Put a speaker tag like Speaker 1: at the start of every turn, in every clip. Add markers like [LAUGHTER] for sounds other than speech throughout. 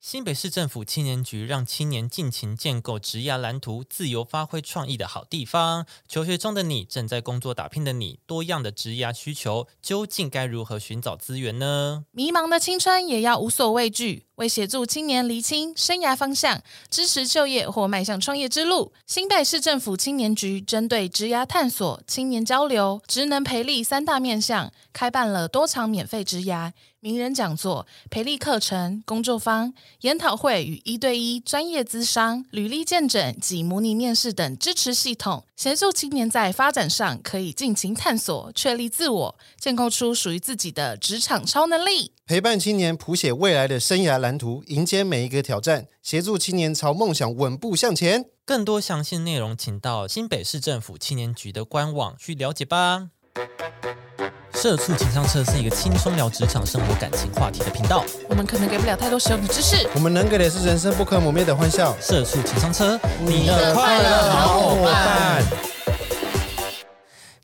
Speaker 1: 新北市政府青年局让青年尽情建构职涯蓝图，自由发挥创意的好地方。求学中的你，正在工作打拼的你，多样的职涯需求，究竟该如何寻找资源呢？
Speaker 2: 迷茫的青春也要无所畏惧。为协助青年厘清生涯方向，支持就业或迈向创业之路，新北市政府青年局针对职涯探索、青年交流、职能培力三大面向，开办了多场免费职涯名人讲座、培力课程、工作坊、研讨会与一对一专业咨商、履历见诊及模拟面试等支持系统，协助青年在发展上可以尽情探索、确立自我，建构出属于自己的职场超能力。
Speaker 3: 陪伴青年谱写未来的生涯蓝图，迎接每一个挑战，协助青年朝梦想稳步向前。
Speaker 1: 更多详细内容，请到新北市政府青年局的官网去了解吧。社畜情商车是一个轻松聊职场、生活、感情话题的频道。
Speaker 2: 我们可能给不了太多实用的知识，
Speaker 3: 我们能给的是人生不可磨灭的欢笑，
Speaker 1: 社畜情商车，
Speaker 3: 你的快乐好伙伴。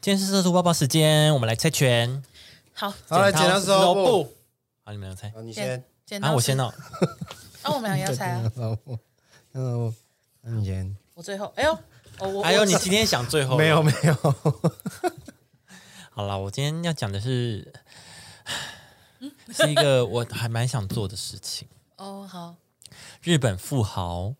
Speaker 1: 今天是社畜抱抱时间，我们来猜拳。
Speaker 2: 好，
Speaker 3: 好来剪刀石头布
Speaker 1: 布。好，你们来猜。
Speaker 3: 好，你先。
Speaker 2: 剪刀
Speaker 1: 啊，我先
Speaker 2: 哦，
Speaker 1: 哦。
Speaker 2: 哦，我们俩要猜啊，
Speaker 3: 嗯，那你先。
Speaker 2: 我最后，哎呦，哦我，
Speaker 1: 还有
Speaker 2: 我
Speaker 1: 你今天想最后
Speaker 3: 没有没有，
Speaker 1: 好啦，我今天要讲的是，
Speaker 2: 嗯
Speaker 1: [SIGHS] 是一个我还蛮想做的事情。
Speaker 2: 哦好，
Speaker 1: 日本富豪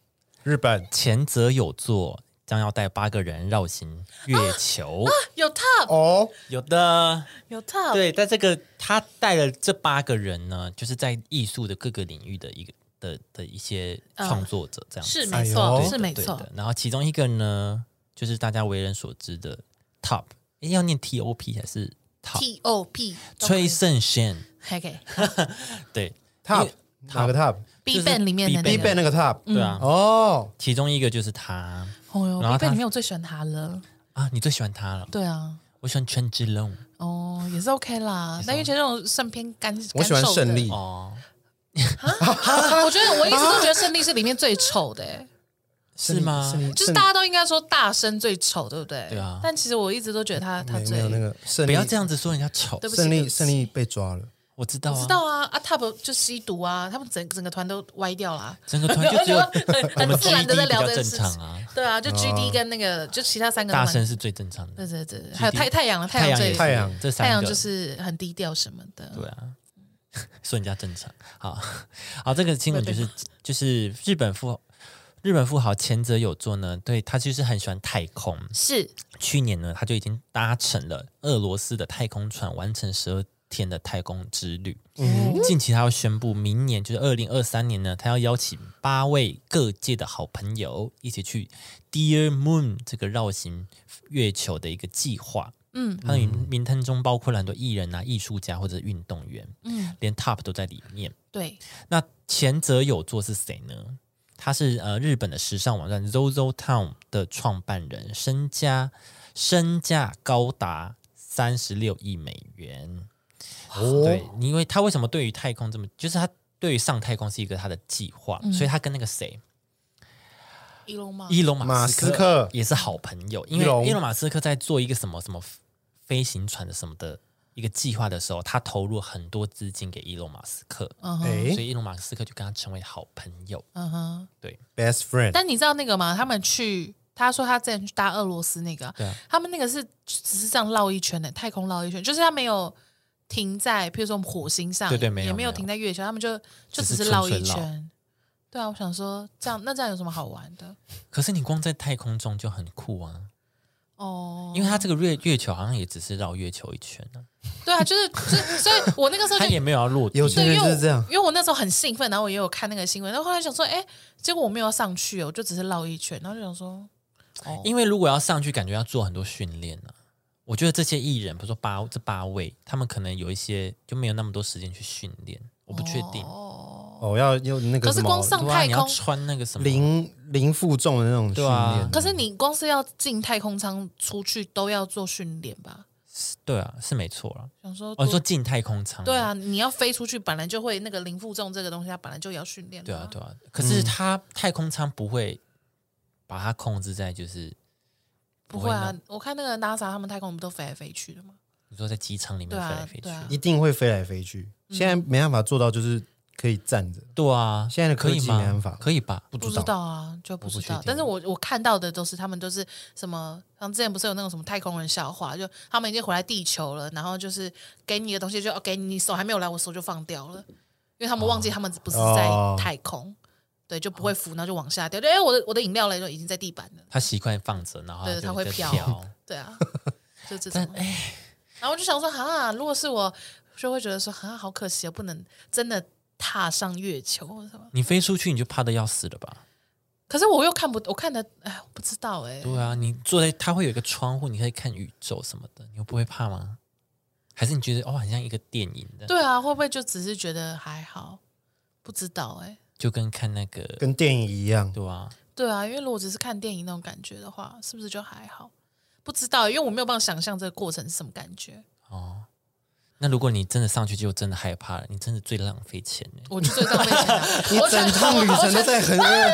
Speaker 3: 日本
Speaker 1: 前泽有作将要带八个人绕行月球，
Speaker 2: 有 top
Speaker 3: 哦，
Speaker 1: 有的。
Speaker 2: 有 top，，
Speaker 1: 对，在这个他带了这八个人呢，就是在艺术的各个领域的一个的的一些创作者这样子，
Speaker 2: 嗯是
Speaker 3: 哎
Speaker 2: 没
Speaker 3: 呦
Speaker 2: 错，
Speaker 1: 对
Speaker 2: 是
Speaker 1: 的
Speaker 2: 没
Speaker 1: 对
Speaker 2: 错，
Speaker 1: 的。然后其中一个呢，就是大家为人所知的 Top，诶要念 T O P 还是 Top？
Speaker 2: T O P
Speaker 1: 崔胜贤，
Speaker 2: OK
Speaker 1: 对
Speaker 3: top
Speaker 1: 因
Speaker 3: 哪个 top？B
Speaker 1: 就
Speaker 2: B
Speaker 1: 是
Speaker 2: Ban 里面的
Speaker 1: Big
Speaker 2: 那
Speaker 3: b a
Speaker 2: 个，
Speaker 3: 那个 top。
Speaker 1: 对啊，
Speaker 3: 哦，
Speaker 1: 其中一个就是他
Speaker 2: 哦哟
Speaker 1: 然后
Speaker 2: B
Speaker 1: 他
Speaker 2: Ban 里面我最喜欢他了，
Speaker 1: 啊，你最喜欢他了？
Speaker 2: 对啊，
Speaker 1: 我喜欢权志龙
Speaker 2: 哦也是 OK 啦，但因为其实这种胜偏干，
Speaker 3: 我喜欢
Speaker 2: 干瘦的
Speaker 3: 胜利，
Speaker 1: 哦，
Speaker 2: 啊我觉得我一直都觉得胜利是里面最丑的，哎
Speaker 1: 是吗？
Speaker 3: 胜利
Speaker 2: 就是大家都应该说大声最丑，对不对？
Speaker 1: 对啊
Speaker 2: 但其实我一直都觉得他他
Speaker 3: 没有
Speaker 2: 最
Speaker 3: 没有那个胜
Speaker 1: 不
Speaker 3: 利
Speaker 1: 要，这样子说人家丑
Speaker 2: 对，不起
Speaker 3: 胜
Speaker 2: 对
Speaker 3: 利
Speaker 2: 不起
Speaker 3: 胜利被抓了，
Speaker 1: 我知道
Speaker 2: 我
Speaker 1: 啊，
Speaker 2: 知道啊啊，Top 就吸毒啊，他们整整个团都歪掉啦。
Speaker 1: 整个团就只有我
Speaker 2: 很
Speaker 1: 们
Speaker 2: 很自
Speaker 1: G
Speaker 2: 然
Speaker 1: D
Speaker 2: 的在
Speaker 1: 比
Speaker 2: 聊
Speaker 1: 较
Speaker 2: 这件
Speaker 1: 正
Speaker 2: 事
Speaker 1: 常
Speaker 2: 情。
Speaker 1: 啊，
Speaker 2: 对啊，就 G D 跟那个就其他三个都
Speaker 1: 大
Speaker 2: 蛮
Speaker 1: 声，是最正常
Speaker 2: 对
Speaker 1: 的，
Speaker 2: 对对，对
Speaker 1: GD
Speaker 2: 还有太太阳了，太阳
Speaker 1: 阳
Speaker 2: 最
Speaker 1: 也是
Speaker 3: 太阳
Speaker 1: 这
Speaker 2: 太
Speaker 1: 三
Speaker 2: 阳
Speaker 1: 个
Speaker 2: 就是很低调什么的。
Speaker 1: 对啊，说人家正常。好好，这个新闻就是就是日本富日本富豪前泽有作呢，对他就是很喜欢太空。
Speaker 2: 是
Speaker 1: 去年呢，他就已经搭乘了俄罗斯的太空船，完成十二天的太空之旅。近期他要宣布，明年就是二零二三年呢，他要邀请八位各界的好朋友一起去 Dear Moon 这个绕行月球的一个计划。
Speaker 2: 嗯，
Speaker 1: 他的名名单中包括了很多艺人啊、艺术家或者运动员，嗯，连 Top 都在里面。
Speaker 2: 对，
Speaker 1: 那前者有作是谁呢？他是呃日本的时尚网站 ZOZO Town 的创办人，身家身价高达三十六亿美元。
Speaker 3: 哦
Speaker 1: 对，因为他为什么对于太空这么，就是他对于上太空是一个他的计划，所以他跟那个谁，
Speaker 2: 伊隆马
Speaker 1: 伊隆马
Speaker 3: 马斯克
Speaker 1: 也是好朋友，因
Speaker 3: 伊隆
Speaker 1: 为伊隆马斯克在做一个什么什么飞行船的什么的一个计划的时候，他投入很多资金给伊隆马斯克，
Speaker 2: 嗯哼
Speaker 1: 所
Speaker 3: 哎
Speaker 1: 以伊隆马斯克就跟他成为好朋友。
Speaker 2: 嗯哼。
Speaker 3: ，best friend，
Speaker 2: 但你知道那个吗？他们去，他说他之前去搭俄罗斯那个，
Speaker 1: 对啊
Speaker 2: 他们那个是只是这样绕一圈的，太空绕一圈，就是他没有停在，譬如说我们火星上，
Speaker 1: 对对没有
Speaker 2: 也没
Speaker 1: 没
Speaker 2: 有
Speaker 1: 有
Speaker 2: 停在月球，他们就就只
Speaker 1: 只是
Speaker 2: 是绕一
Speaker 1: 纯粹绕
Speaker 2: 圈。对啊，我想说这样，那这样有什么好玩的？
Speaker 1: 可是你光在太空中就很酷啊，
Speaker 2: 哦，
Speaker 1: [LAUGHS] 因为他这个月月球好像也只是绕月球一圈啊，
Speaker 2: 对啊，就是，就是所以我那个时候就
Speaker 1: 他也没有要落地
Speaker 3: 有。钱
Speaker 2: 对，
Speaker 3: 人
Speaker 2: 因
Speaker 3: 就
Speaker 2: 为
Speaker 3: 是这样
Speaker 2: 我，因为我那时候很兴奋，然后我也有看那个新闻，然后后来想说，哎，结果我没有要上去，哦我就只是绕一圈，然后就想说，哦，
Speaker 1: 因为如果要上去，感觉要做很多训练啊。我觉得这些艺人，比如说八这八位，他们可能有一些就没有那么多时间去训练，我不确定。
Speaker 2: 哦，
Speaker 3: 哦，要用那个
Speaker 2: 可是
Speaker 3: 什么
Speaker 2: 光上
Speaker 1: 对啊，
Speaker 2: 太
Speaker 1: 你要
Speaker 2: 空
Speaker 1: 穿那个什么
Speaker 3: 零零负重的那种训
Speaker 1: 对啊
Speaker 3: 练，
Speaker 2: 可是你光是要进太空舱出去都要做训练吧？
Speaker 1: 对啊，是没错啦。
Speaker 2: 想说
Speaker 1: 哦，
Speaker 2: 多，
Speaker 1: 你说进太空舱？
Speaker 2: 对啊，你要飞出去本来就会那个零负重这个东西，它本来就要训练。
Speaker 1: 对啊，对啊。可是它太空舱不会把它控制在就是
Speaker 2: 不会啊
Speaker 1: 不会，
Speaker 2: 我看那个 NASA 他们太空不都飞来飞去的吗？
Speaker 1: 你说在机舱里面
Speaker 2: 对啊
Speaker 1: 飞来飞去
Speaker 2: 对，啊
Speaker 3: 一定会飞来飞去。现在没办法做到，就是可以站着。
Speaker 1: 对啊，
Speaker 3: 现在的科
Speaker 1: 可以
Speaker 3: 技
Speaker 1: 吗
Speaker 3: 没办法
Speaker 1: 可以吧？
Speaker 3: 不
Speaker 2: 不知道啊，就不
Speaker 3: 我不
Speaker 2: 知
Speaker 3: 确
Speaker 2: 道
Speaker 3: 定。
Speaker 2: 但是我我看到的都是他们都是什么，像之前不是有那种什么太空人笑话，就他们已经回来地球了，然后就是给你的东西就哦给你，你手还没有来，我手就放掉了，因为他们忘记他们不是在
Speaker 3: 哦
Speaker 2: 太空，对，就不会浮，然后就往下掉。就哎，我的我的饮料嘞，就已经在地板了，
Speaker 1: 他习惯放着，然后
Speaker 2: 对
Speaker 1: 就
Speaker 2: 它会
Speaker 1: 在
Speaker 2: 飘对啊，
Speaker 3: [LAUGHS]
Speaker 2: 就这
Speaker 1: 但
Speaker 2: 种。
Speaker 3: 哎
Speaker 2: 然后我就想说，哈，如果是我，就会觉得说，哈，好可惜哦，不能真的踏上月球或者什么。
Speaker 1: 你飞出去你就怕的要死了吧？
Speaker 2: 可是我又看不，我看的，哎，我不知道哎、
Speaker 1: 对啊，你坐在它会有一个窗户，你可以看宇宙什么的，你又不会怕吗？还是你觉得哦，很像一个电影的，
Speaker 2: 对啊，会不会就只是觉得还好？不知道哎、
Speaker 1: 就跟看那个
Speaker 3: 跟电影一样，
Speaker 1: 对啊，
Speaker 2: 对啊，因为如果只是看电影那种感觉的话，是不是就还好？不知道欸、因为我没有办法想象这个过程是什么感觉。
Speaker 1: 哦。那如果你真的上去就真的害怕了，你真的最浪费钱欸呢。
Speaker 2: 我就最浪费钱
Speaker 3: [LAUGHS]
Speaker 2: 了，
Speaker 3: 你
Speaker 2: 我觉
Speaker 3: 整
Speaker 2: 得
Speaker 3: 趟旅程都在很。哎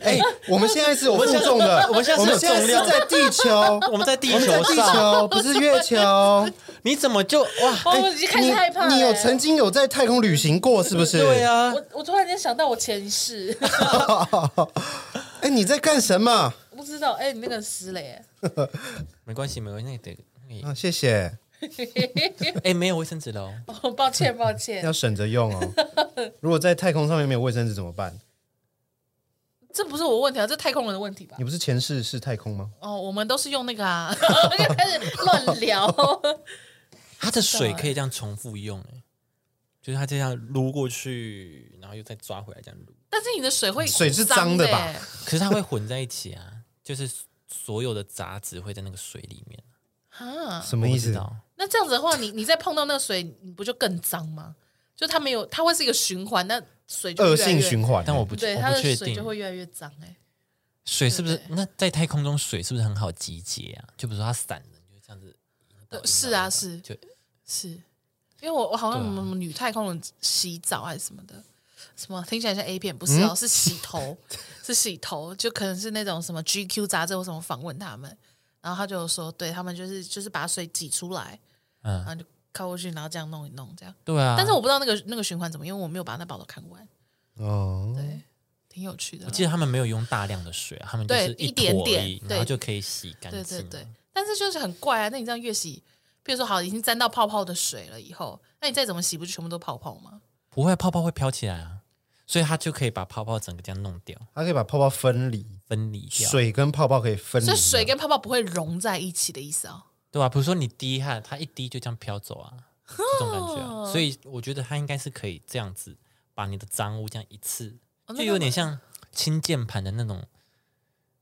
Speaker 3: 哎，我们现在是有负重的，我
Speaker 1: 们现在是有
Speaker 3: 们现在
Speaker 1: 重量
Speaker 3: 是在地球，
Speaker 1: 我们在地
Speaker 3: 我们在
Speaker 1: 球
Speaker 3: 地
Speaker 1: 上，哦
Speaker 3: 球，不是月球。哎
Speaker 1: 你怎么就哇？
Speaker 2: [LAUGHS] 我已经开始害怕、
Speaker 3: 你。你有
Speaker 2: 欸
Speaker 3: 曾经有在太空旅行过是不是？
Speaker 1: 对。啊，
Speaker 2: 我我突然间想到我前世， [LAUGHS]
Speaker 3: 哎，你在干什么？
Speaker 2: 我不知道哎、你那个石磊、欸，
Speaker 1: 没关系，没关系，那个那个
Speaker 3: 啊，谢谢，
Speaker 1: 哎，没有卫生纸了哦。
Speaker 2: 哦，抱歉抱歉，
Speaker 3: [LAUGHS] 要省着用哦。如果在太空上面没有卫生纸怎么办？
Speaker 2: 这不是我问题啊，这太空人的问题吧
Speaker 3: 你？不是前世是太空吗？
Speaker 2: 哦，我们都是用那个
Speaker 3: [LAUGHS]
Speaker 2: 啊，就开始乱聊。
Speaker 1: 它的水可以这样重复用，哎，就是它这样撸过去，然后又再抓回来这样撸，
Speaker 2: 但是你的水会
Speaker 3: 水是脏的吧
Speaker 2: 欸？
Speaker 1: 可是它会混在一起啊， [LAUGHS] 就是所有的杂质会在那个水里面。
Speaker 2: 啊，
Speaker 3: 什么意
Speaker 1: 我不
Speaker 3: 思
Speaker 1: 知？道
Speaker 2: 那这样子的话，你你再碰到那个水，你不就更脏吗？就它没有，它会是一个循环，那水就
Speaker 3: 恶
Speaker 2: 越来越
Speaker 3: 性循环。
Speaker 1: 但我不
Speaker 2: 对
Speaker 1: 我
Speaker 2: 它
Speaker 1: 不
Speaker 2: 的
Speaker 1: 确
Speaker 2: 水就
Speaker 1: 定
Speaker 2: 会越来越脏哎、
Speaker 1: 水是不是
Speaker 2: 对
Speaker 1: 那在太空中水是不是很好集结啊？就比如说它散了，你就这样子引导。
Speaker 2: 呃
Speaker 1: 引导
Speaker 2: 是啊
Speaker 1: 引导
Speaker 2: 是，
Speaker 1: 就是
Speaker 2: 因为我我好像
Speaker 1: 对
Speaker 2: 什
Speaker 1: 啊
Speaker 2: 么什么女太空人洗澡还是什么的，什么听起来像 A 片，不是哦，
Speaker 1: 嗯
Speaker 2: 是洗头，是洗头，就可能是那种什么 GQ 杂志或什么访问他们，然后他就有说，对他们就是就是把水挤出来，
Speaker 1: 嗯，
Speaker 2: 然后就靠过去，然后这样弄一弄这样，
Speaker 1: 对啊。
Speaker 2: 但是我不知道那个那个循环怎么，因为我没有把那报道看完，
Speaker 3: 哦，
Speaker 2: 对，挺有趣的啦
Speaker 1: 我。记得他们没有用大量的水啊，他们就
Speaker 2: 对
Speaker 1: 是
Speaker 2: 一
Speaker 1: 坨
Speaker 2: 点点
Speaker 1: 而已然
Speaker 2: 对
Speaker 1: 后就可以洗干
Speaker 2: 对
Speaker 1: 净
Speaker 2: 对
Speaker 1: 了。
Speaker 2: 对，但是就是很怪啊！那你这样越洗，比如说好已经沾到泡泡的水了以后，那你再怎么洗，不就全部都泡泡吗？
Speaker 1: 不会泡泡会飘起来啊，所以它就可以把泡泡整个这样弄掉、
Speaker 3: 它可以把泡泡分离，
Speaker 1: 分离掉，
Speaker 3: 水跟泡泡可以分离啊
Speaker 2: 所
Speaker 3: 的。
Speaker 2: 以水跟泡泡不会融在一起的意思哦。
Speaker 1: 对啊吧、比如说你滴汗，它一滴就这样飘走
Speaker 2: [LAUGHS]
Speaker 1: 啊，这种感觉啊。所以我觉得它应该是可以这样子把你的脏污这样一次，
Speaker 2: 哦
Speaker 1: 就有点像清键盘的那种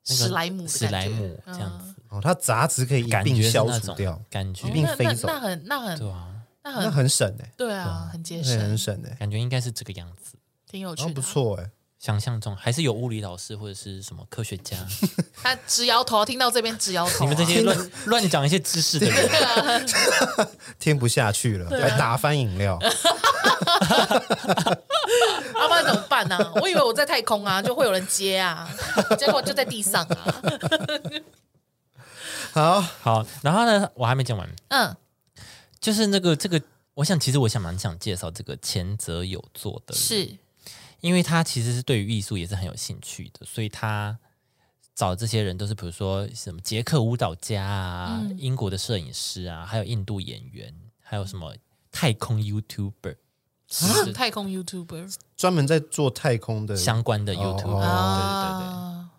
Speaker 1: 那个
Speaker 2: 史莱姆的
Speaker 1: 史莱
Speaker 2: 感觉嗯
Speaker 1: 姆这样子。
Speaker 3: 哦，它杂质可以一
Speaker 1: 感
Speaker 3: 并
Speaker 1: 觉是
Speaker 3: 消
Speaker 1: 那
Speaker 3: 除掉
Speaker 1: 种，感觉
Speaker 3: 一，并
Speaker 2: 那
Speaker 3: 飞
Speaker 2: 那
Speaker 3: 走
Speaker 2: 那很那很
Speaker 1: 对啊，
Speaker 2: 那
Speaker 3: 那
Speaker 2: 很
Speaker 3: 很省哎，
Speaker 2: 对啊，很节
Speaker 3: 那很
Speaker 2: 省，
Speaker 3: 省哎，
Speaker 1: 感觉应该是这个样子。
Speaker 2: 挺有趣
Speaker 3: 然后
Speaker 2: 的。啊
Speaker 3: 不，错哎，
Speaker 1: 想象中还是有物理老师或者是什么科学
Speaker 2: [LAUGHS]
Speaker 1: 家，
Speaker 2: 他直摇头，听到这边直摇头啊。
Speaker 1: [LAUGHS] 你们这
Speaker 2: [LAUGHS]
Speaker 1: 些乱乱讲一些知识的人，
Speaker 3: 听不下去了，
Speaker 2: 啊
Speaker 3: 还打翻饮料。
Speaker 2: [LAUGHS] 要啊不然怎么办呢、我以为我在太空啊，就会有人接啊，结果就在地上啊。
Speaker 1: [LAUGHS]
Speaker 3: 好，
Speaker 1: 好，然后呢，我还没讲完，
Speaker 2: 嗯，
Speaker 1: 就是那个这个，我想其实我想蛮想介绍这个前者有做的，
Speaker 2: 是
Speaker 1: 因为他其实是对于艺术也是很有兴趣的，所以他找这些人都是比如说什么捷克舞蹈家啊、
Speaker 2: 嗯
Speaker 1: 英国的摄影师啊，还有印度演员，还有什么太空 YouTuber
Speaker 2: 是啊太空 YouTuber
Speaker 3: 专门在做太空哦的，
Speaker 1: 相关的 YouTuber，、对对哦对对。
Speaker 2: 啊。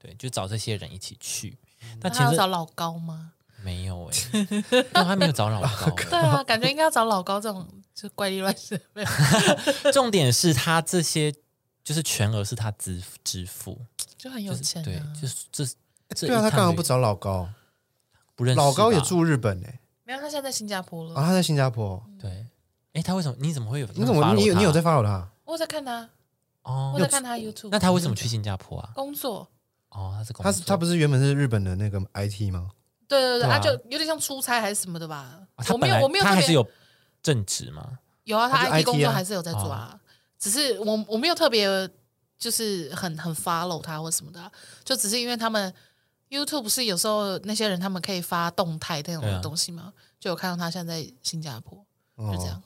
Speaker 1: 对，就找这些人一起去。那
Speaker 3: 嗯
Speaker 2: 那
Speaker 1: 其
Speaker 2: 他要找
Speaker 1: 实
Speaker 2: 老高吗？
Speaker 1: 没有哎、欸，那他没有
Speaker 3: [LAUGHS] 哦
Speaker 1: 找老高欸、
Speaker 2: 对啊，感觉应该要找老高这种就怪力乱神。没有
Speaker 1: 重点是他这些就是全额是他支支付，
Speaker 2: 就很有
Speaker 1: 就是
Speaker 2: 钱、啊
Speaker 1: 对，就是这这
Speaker 3: 对啊，
Speaker 1: 一
Speaker 3: 他
Speaker 1: 趟
Speaker 3: 干嘛
Speaker 1: 旅
Speaker 3: 不找老高？
Speaker 1: 不认识
Speaker 3: 老高也
Speaker 1: 吧
Speaker 3: 住日本哎，
Speaker 2: 没有他现在在新加坡了。
Speaker 3: 啊，他在新加坡。
Speaker 1: 对。哎，他为什么？你怎么会有？
Speaker 3: 你怎么？你有
Speaker 1: follow
Speaker 3: 你有
Speaker 1: 他
Speaker 3: 在 follow 他？
Speaker 2: 我有在看他，我
Speaker 1: 哦
Speaker 2: 有？在看他 YouTube。
Speaker 1: 那他为什么去新加坡啊？
Speaker 2: 工作？
Speaker 1: 哦，他是工
Speaker 3: 他是他
Speaker 1: 不
Speaker 3: 不是原本是日本的那个 IT 吗？
Speaker 2: 对对对，
Speaker 1: 对啊
Speaker 2: 他就有点像出差还是什么的吧。
Speaker 1: 他
Speaker 2: 我没
Speaker 1: 本
Speaker 2: 有
Speaker 1: 来，
Speaker 2: 我没有
Speaker 1: 他
Speaker 2: 特
Speaker 1: 还是
Speaker 2: 别
Speaker 1: 有正职嘛？
Speaker 2: 有啊，他
Speaker 3: 他就 IT
Speaker 2: IT 工作
Speaker 3: 啊
Speaker 2: 还是有在做
Speaker 1: 哦
Speaker 2: 啊，只是我我没有特别就是很很 follow 他或什么的啊、就只是因为他们 YouTube 不是有时候那些人他们可以发动态那种
Speaker 1: 对啊
Speaker 3: 哦
Speaker 1: 哦
Speaker 2: 东西嘛，就有看到他现在在新加坡，就这样。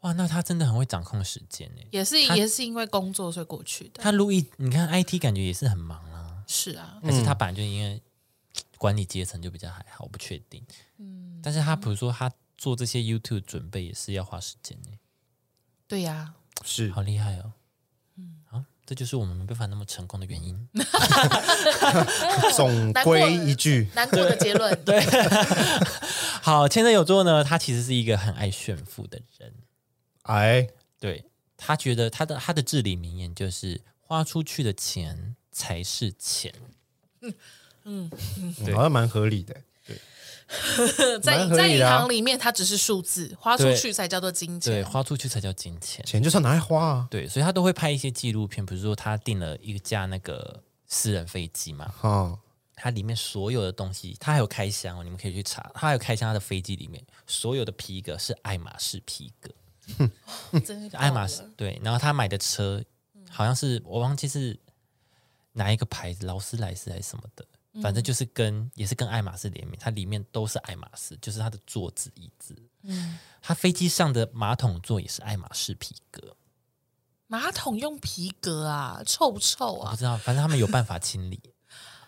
Speaker 1: 哇，那他真的很会掌控时间诶。
Speaker 2: 也是
Speaker 1: 他
Speaker 2: 也是因为工作所以过去的。
Speaker 1: 他路易，你看 IT 感觉也是很忙啊，
Speaker 2: 是啊，
Speaker 1: 还是
Speaker 3: 嗯
Speaker 1: 他本来就因为管理阶层就比较还好，我不确定。嗯，但是他比如说他做这些 YouTube 准备也是要花时间诶，
Speaker 2: 对呀、
Speaker 3: 是
Speaker 1: 好厉害哦。嗯，好，这就是我们没办法那么成功的原
Speaker 2: [LAUGHS]
Speaker 1: 因。
Speaker 3: 总
Speaker 2: 难过
Speaker 3: 归
Speaker 2: 了
Speaker 3: 一句，
Speaker 2: [LAUGHS] 难过的结
Speaker 1: [LAUGHS]
Speaker 2: 论。对，
Speaker 1: 好，前任有座呢，他其实是一个很爱炫富的人，
Speaker 3: 哎，
Speaker 1: 对他觉得他的他的至理名言就是花出去的钱才是钱。对
Speaker 3: 好像蛮合理的。
Speaker 2: 在
Speaker 3: 蛮
Speaker 2: [LAUGHS]
Speaker 3: 合
Speaker 2: 在
Speaker 3: 理
Speaker 2: 银
Speaker 3: 的啊
Speaker 2: 行里面，它只是数字，花出
Speaker 1: 对
Speaker 2: 去才叫做金
Speaker 1: 对，
Speaker 2: 钱。
Speaker 1: 花出去才叫金钱。
Speaker 3: 钱就是要拿来花啊，
Speaker 1: 对，所以他都会拍一些纪录片，比如说他订了一架那个私人飞机嘛，
Speaker 3: 哦，
Speaker 1: 它里面所有的东西，它还有开箱哦，你们可以去查，它还有开箱它的飞机里面所有的皮革是爱马仕皮革，
Speaker 2: 真是
Speaker 1: 爱
Speaker 2: 爆
Speaker 1: 马
Speaker 2: 了
Speaker 1: 仕对，然后他买的车
Speaker 2: 嗯
Speaker 1: 好像是我忘记是哪一个牌子，劳斯莱斯还是什么的，
Speaker 2: 嗯
Speaker 1: 反正就是跟也是跟爱马仕联名，它里面都是爱马仕，就是它的座子、椅子，嗯，它飞机上的马桶座也是爱马仕皮革，
Speaker 2: 马桶用皮革啊，臭不臭
Speaker 1: 我不
Speaker 2: 啊
Speaker 1: 知道，反正他们有办法清
Speaker 2: [LAUGHS]
Speaker 1: 理。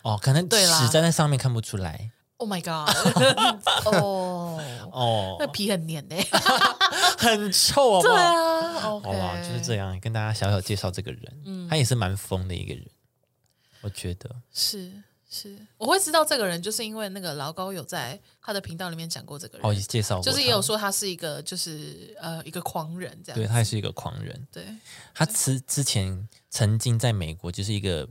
Speaker 1: 哦，可能
Speaker 2: 对啦
Speaker 1: 屎粘在上面看不出来
Speaker 2: ？Oh my god！哦，
Speaker 1: [LAUGHS] 哦
Speaker 2: [LAUGHS] 那，皮很黏呢、
Speaker 1: 很
Speaker 2: [LAUGHS]
Speaker 1: 臭好不
Speaker 2: 对
Speaker 1: 好？
Speaker 2: 啊，OK，
Speaker 1: 好吧，就是这样，跟大家小小介绍这个人，
Speaker 2: 嗯
Speaker 1: 他也是蛮疯的一个人，我觉得
Speaker 2: 是是，我会知道这个人，就是因为那个老高有在他的频道里面讲过这个人，
Speaker 1: 哦，也介绍过，
Speaker 2: 就是也有，说他是一个就是呃一个狂人这样
Speaker 1: 对
Speaker 2: 子，
Speaker 1: 他也是一个狂人，
Speaker 2: 对
Speaker 1: 他之之前曾经在美国就是一个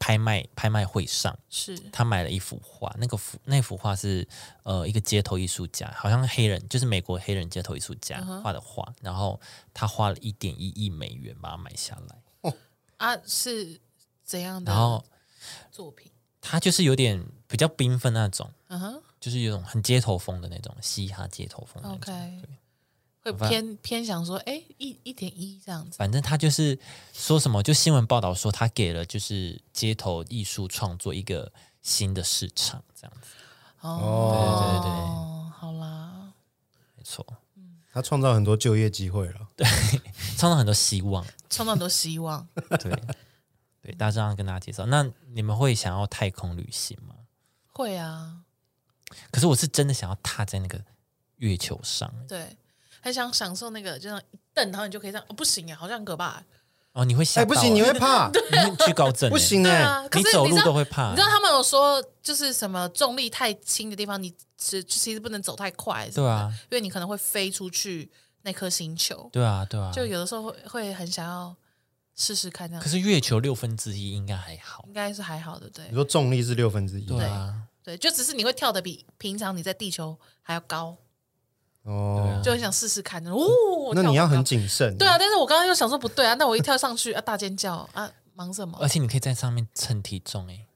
Speaker 1: 拍卖拍卖会上，
Speaker 2: 是
Speaker 1: 他买了一幅画，那个幅那幅画是呃一个街头艺术家，好像黑人，就是美国黑人街头艺术家画的画，然后他花了一点一亿美元把它买下来，
Speaker 2: 啊是怎样的
Speaker 1: 然后
Speaker 2: 作品？
Speaker 1: 他就是有点比较缤纷那种，
Speaker 2: 嗯哼
Speaker 1: 就是有种很街头风的那种嘻哈街头风的那种。
Speaker 2: 嗯，OK，会
Speaker 1: 反
Speaker 2: 偏偏想说，哎，一一点一这样子，
Speaker 1: 反正他就是说什么，就新闻报道说他给了就是街头艺术创作一个新的市场，这样子哦对对对
Speaker 2: 哦，好啦，
Speaker 1: 没错，
Speaker 3: 他创造很多就业机会了。
Speaker 1: 创造很多希望。
Speaker 2: 充满很多希望。
Speaker 1: 对， [LAUGHS] 对，大致上跟大家介绍。那你们会想要太空旅行吗？
Speaker 2: 会啊，
Speaker 1: 可是我是真的想要踏在那个月球上欸
Speaker 2: 对，很想享受那个，就像一蹬，然后你就可以这样，哦，不行啊，好像很可怕。
Speaker 1: 哦，你会吓
Speaker 3: 哎，
Speaker 1: 到
Speaker 3: 不
Speaker 1: 欸、
Speaker 3: 行，你会怕，
Speaker 1: 你会惧高症、欸，
Speaker 3: 不，行
Speaker 2: 对
Speaker 3: 哎，
Speaker 2: 啊，可
Speaker 1: 你
Speaker 2: 是
Speaker 1: 走
Speaker 2: 你
Speaker 1: 路
Speaker 2: 知
Speaker 1: 都
Speaker 2: 道，
Speaker 1: 会怕欸、
Speaker 2: 你知道他们有说，就是什么重力太轻的地方，你其其实不能走太快，
Speaker 1: 对啊，
Speaker 2: 因为你可能会飞出去那颗星球。
Speaker 1: 对啊，对啊。
Speaker 2: 就有的时候会会很想要试试看，这样
Speaker 1: 可是月球六分之一应该还好
Speaker 2: 应，该是还好的，对
Speaker 3: 你说重力是六分之一，
Speaker 1: 对啊，
Speaker 2: 对，就只是你会跳的比平常你在地球还要高，
Speaker 3: 哦，
Speaker 2: 就很想试试看。哦，
Speaker 3: 那
Speaker 2: 跳
Speaker 3: 你要
Speaker 2: 高
Speaker 3: 很谨慎。
Speaker 2: 啊对啊，但是我刚刚又想说不对啊，那我一跳上去啊，大尖叫啊，忙什么
Speaker 1: 而？且你可以在上面称体重、欸，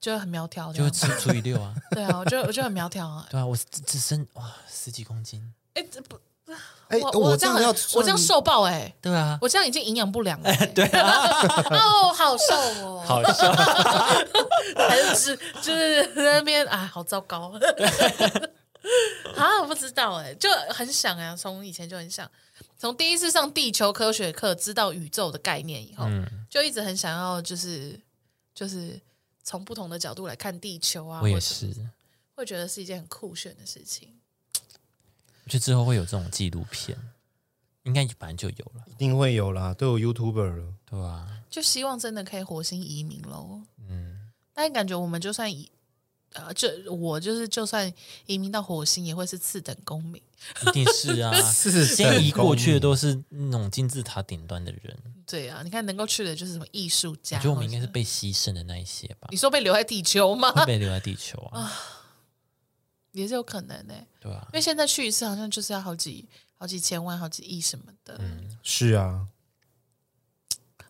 Speaker 2: 就会很苗条这
Speaker 1: 就会
Speaker 2: 样，
Speaker 1: 吃除以六啊。
Speaker 2: 对啊，我就我就很苗条啊。
Speaker 1: 对啊，我只只剩哇十几公斤。
Speaker 2: 哎，这不，
Speaker 3: 哎，
Speaker 2: 我
Speaker 3: 我
Speaker 2: 这样
Speaker 3: 真的
Speaker 2: 很
Speaker 3: 要
Speaker 2: 我这样瘦爆哎，
Speaker 1: 对啊，
Speaker 2: 我这样已经营养不良了。
Speaker 1: [LAUGHS]
Speaker 2: 对啊， [LAUGHS] 哦，好瘦哦，
Speaker 1: 好笑。
Speaker 2: 还是只就是那边啊，好糟糕。 [LAUGHS] 啊，我不知道哎、就很想啊，从以前就很想，从第一次上地球科学课知道宇宙的概念以后，
Speaker 1: 嗯，
Speaker 2: 就一直很想要，就是就是从不同的角度来看地球啊，
Speaker 1: 我也
Speaker 2: 或者什
Speaker 1: 是
Speaker 2: 么，。会觉得是一件很酷炫的事情。
Speaker 1: 我觉得之后会有这种纪录片，应该本来就有了，
Speaker 3: 一定会有啦，都有 YouTuber 了。
Speaker 1: 对啊，
Speaker 2: 就希望真的可以火星移民喽。
Speaker 1: 嗯，
Speaker 2: 但感觉我们就算移，呃，就我就是就算移民到火星，也会是次等公民。
Speaker 1: 一定是 [LAUGHS] 啊。
Speaker 3: 是
Speaker 1: 先移过去的都是那种金字塔顶端的人，
Speaker 2: 对啊，你看能够去的就是什么艺术
Speaker 1: 我
Speaker 2: 家。
Speaker 1: 觉得我们应该是
Speaker 2: 或者
Speaker 1: 被牺牲的那一些 [LAUGHS] 吧
Speaker 2: 你，说被留在地球吗？
Speaker 1: 会被留在地球啊，
Speaker 2: 也是有可能呢、
Speaker 1: 对啊
Speaker 2: 因，为现在去一次好像就是要好几好几千万、好几亿什么的，
Speaker 1: 嗯
Speaker 3: 是啊，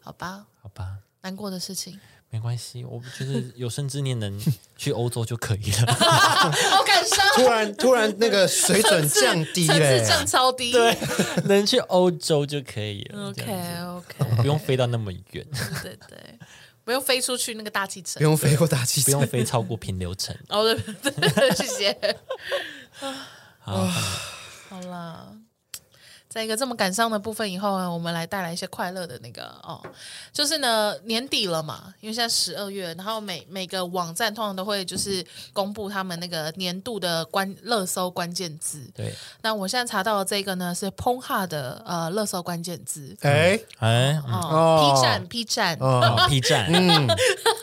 Speaker 2: 好吧？
Speaker 1: 好吧，
Speaker 2: 难过的事情。
Speaker 1: 没关系，我觉得有生之年能去欧洲就可以了。 [LAUGHS]
Speaker 2: 好感伤，
Speaker 3: 突
Speaker 2: [LAUGHS]
Speaker 3: 然突然那个水准降低
Speaker 2: 层
Speaker 3: 嘞
Speaker 2: 次，降超低。对
Speaker 1: 能去欧洲就可以了。这
Speaker 2: ，OK
Speaker 1: 样
Speaker 2: OK，
Speaker 1: 子不用飞到那么远，
Speaker 2: 对对，不用飞出去那个大气层
Speaker 3: 不。用飞过大气
Speaker 1: 不
Speaker 3: 层
Speaker 1: 用。飞超过平流层。
Speaker 2: 哦，对对对，谢谢。
Speaker 1: 好，
Speaker 2: 好啦，在一个这么感伤的部分以后呢，我们来带来一些快乐的那个哦，就是呢年底了嘛，因为现在十二月，然后每每个网站通常都会就是公布他们那个年度的关热搜关键字。
Speaker 1: 对，
Speaker 2: 那我现在查到的这个呢是 p o n h a 的呃热搜关键字
Speaker 3: 哎
Speaker 1: 哎，嗯
Speaker 2: 哦
Speaker 3: 哦
Speaker 2: p 站 P 站，
Speaker 3: 哦，
Speaker 1: 好 P 站，
Speaker 3: 嗯，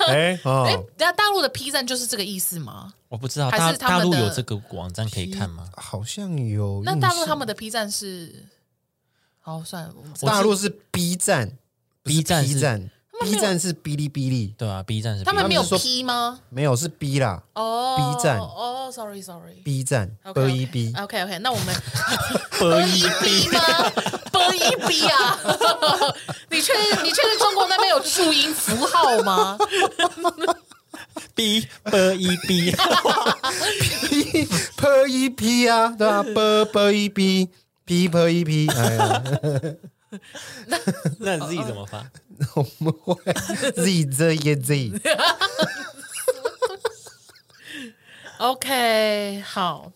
Speaker 3: 哎
Speaker 2: [LAUGHS] 哎
Speaker 3: 哦，，
Speaker 2: 那大陆的 P 站就是这个意思吗？
Speaker 1: 我不知道
Speaker 2: 还
Speaker 1: 大
Speaker 2: 是他
Speaker 1: 大
Speaker 2: 们
Speaker 1: 陆
Speaker 2: 的
Speaker 1: 有这个网站可以看吗？
Speaker 3: 好像有印
Speaker 2: 那
Speaker 3: 象。
Speaker 2: 大陆他们的 P 站是，好算了，我们
Speaker 3: 大陆是 B 站不是
Speaker 1: B 站是
Speaker 3: B 站
Speaker 2: 们没有
Speaker 3: ，B 站是哔哩哔哩，
Speaker 1: 对啊，B 站是
Speaker 2: 他们没有
Speaker 3: 他们是说
Speaker 2: P 吗？
Speaker 3: 没有是 B 啦
Speaker 2: 哦
Speaker 3: B 站
Speaker 2: 哦，sorry sorry。
Speaker 3: ，B 站 E
Speaker 2: OK，OK
Speaker 3: ，B 一 B，
Speaker 2: OK 啊 OK，那我
Speaker 3: [LAUGHS]
Speaker 2: 们
Speaker 1: 播
Speaker 2: 一逼吗？播一逼啊！ [LAUGHS] 你确定你确定中国那边有注音符号吗？
Speaker 1: B 播一 B，
Speaker 3: p 一 P 啊，对吧？B B 一 B，P P 一 P，哎呀，
Speaker 1: [LAUGHS]
Speaker 3: [LAUGHS]
Speaker 1: 那 Z 怎么发？
Speaker 3: 我们
Speaker 2: [LAUGHS]
Speaker 3: 会 Z Z 耶 Z，
Speaker 2: OK，好。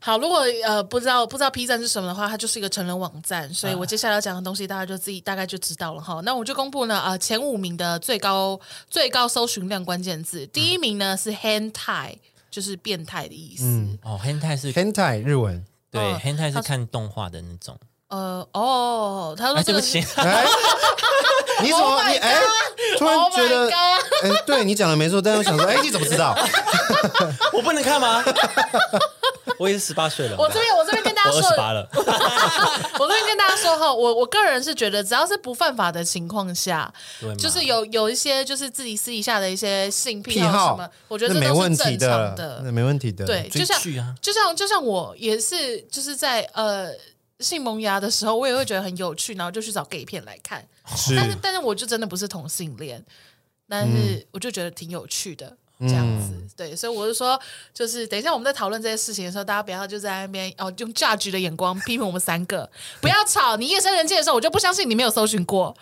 Speaker 2: 好，如果呃不知道不知道 P 站是什么的话，它就是一个成人网站，所
Speaker 1: 嗯
Speaker 2: 以我接下来要讲的东西大家就自己大概就知道了哈。那我就公布呢，呃，前五名的最高最高搜寻量关键字，第一名呢是 hentai，就是变态的意思。
Speaker 1: 哦，hentai 是
Speaker 3: hentai 日文，
Speaker 1: 对
Speaker 2: 哦
Speaker 1: ，hentai 是看动画的那种。
Speaker 2: 呃，哦，他说
Speaker 1: 哎，
Speaker 2: 这
Speaker 1: 对不
Speaker 2: 个
Speaker 1: 起
Speaker 2: 是，
Speaker 3: 哎，你怎
Speaker 2: [LAUGHS] Oh
Speaker 3: 么
Speaker 2: my
Speaker 3: 你哎，突然
Speaker 2: Oh
Speaker 3: 觉
Speaker 2: my
Speaker 3: 得
Speaker 2: god！
Speaker 3: 哎，对你讲的没错，但是我想说，哎，你怎么知道？
Speaker 1: [LAUGHS] 我不能看吗？ [LAUGHS] 我也是十八岁了，
Speaker 2: 我这边我这边跟大家
Speaker 1: 我
Speaker 2: 说
Speaker 1: 二，十八了，
Speaker 2: 我这边跟大家说哈，我我个人是觉得，只要是不犯法的情况下
Speaker 1: 对嘛，
Speaker 2: 就是有有一些就是自己私底下的一些性癖
Speaker 3: 癖
Speaker 2: 好什
Speaker 3: 好
Speaker 2: 么，我觉得
Speaker 3: 那
Speaker 2: 这
Speaker 3: 没
Speaker 2: 都
Speaker 3: 问
Speaker 2: 是
Speaker 3: 题
Speaker 2: 正常
Speaker 3: 的，那
Speaker 2: 的。
Speaker 3: 没问题的，
Speaker 2: 对，就像
Speaker 1: 追剧啊
Speaker 2: 就像就像我也是，就是在呃性萌芽的时候，我也会觉得很有趣，然后就去找 gay 片来看。
Speaker 3: 是
Speaker 2: 但是但是我就真的不是同性恋，但
Speaker 3: 嗯
Speaker 2: 是我就觉得挺有趣的。这样子，对，所以我就说，就是等一下我们在讨论这些事情的时候，大家不要就在那边哦，用 judge 的眼光 [LAUGHS] 批评我们三个，不要吵。你夜深人静的时候，我就不相信你没有搜寻过。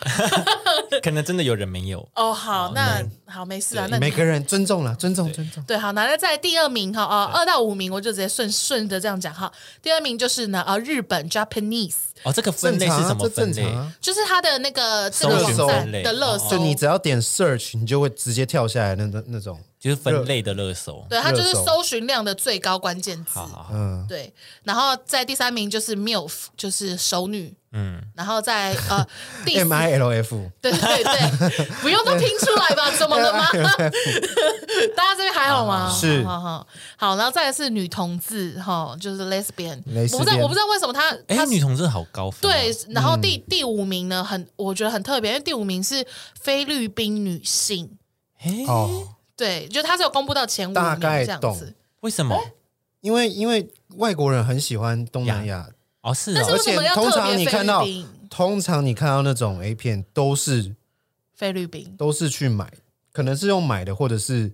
Speaker 1: 可能真的有人没有。
Speaker 2: 哦，好，那好，没事啊，那你
Speaker 3: 每个人尊重了，尊重尊重。
Speaker 2: 对，好，那那在第二名哈，呃，二到五名我就直接顺顺着这样讲哈。第二名就是呢，呃，日本 Japanese，
Speaker 1: 哦，这个分
Speaker 3: 正
Speaker 1: 类
Speaker 3: 常
Speaker 1: 是
Speaker 3: 啊，
Speaker 1: 什么
Speaker 3: 这
Speaker 1: 分
Speaker 3: 正
Speaker 1: 类哦
Speaker 3: 常？啊。
Speaker 2: 就是它的那个这个
Speaker 3: 搜寻
Speaker 2: 网站
Speaker 3: 分
Speaker 1: 类
Speaker 2: 的热搜，
Speaker 3: 就你只要点 search，你就会直接跳下来那那那种。
Speaker 1: 就是分类的热搜。
Speaker 2: 对，它就是
Speaker 3: 热搜
Speaker 2: 搜寻量的最高关键词
Speaker 1: 好。好好，
Speaker 3: 嗯，
Speaker 2: 对，然后在第三名就是 MILF，就是熟女，
Speaker 1: 嗯，
Speaker 2: 然后在呃第四
Speaker 3: M I L F，
Speaker 2: 对对 [LAUGHS] 对，不用都拼出来吧？怎么了 [LAUGHS] 吗？大家这边还啊好吗？
Speaker 3: 是
Speaker 2: 好好好，然后再来是女同志哈，就是 lesbian，
Speaker 3: lesbian
Speaker 2: 我不知道我不知道为什么她
Speaker 1: 哎，
Speaker 2: 她
Speaker 1: 女同志好高分哦。
Speaker 2: 对，
Speaker 3: 嗯
Speaker 2: 然后第、第五名呢，很我觉得很特别，因为第五名是菲律宾女性，
Speaker 1: 哎，
Speaker 3: [LAUGHS] 哦，
Speaker 2: 对，就她是有公布到前五名
Speaker 3: 大概
Speaker 2: 这样
Speaker 3: 懂
Speaker 2: 子，
Speaker 1: 为什么？
Speaker 3: 因为因为外国人很喜欢东南亚，
Speaker 1: 哦，是
Speaker 2: 但是
Speaker 1: 哦
Speaker 2: 为
Speaker 3: 而
Speaker 2: 什
Speaker 3: 且
Speaker 2: 么要
Speaker 3: 通
Speaker 2: 特
Speaker 3: 常
Speaker 2: 别
Speaker 3: 你
Speaker 2: 菲
Speaker 3: 看
Speaker 2: 律
Speaker 3: 到
Speaker 2: 宾？
Speaker 3: 通常你看到那种 A 片都是
Speaker 2: 菲律宾
Speaker 3: 都是去买，可能是用买的，或者是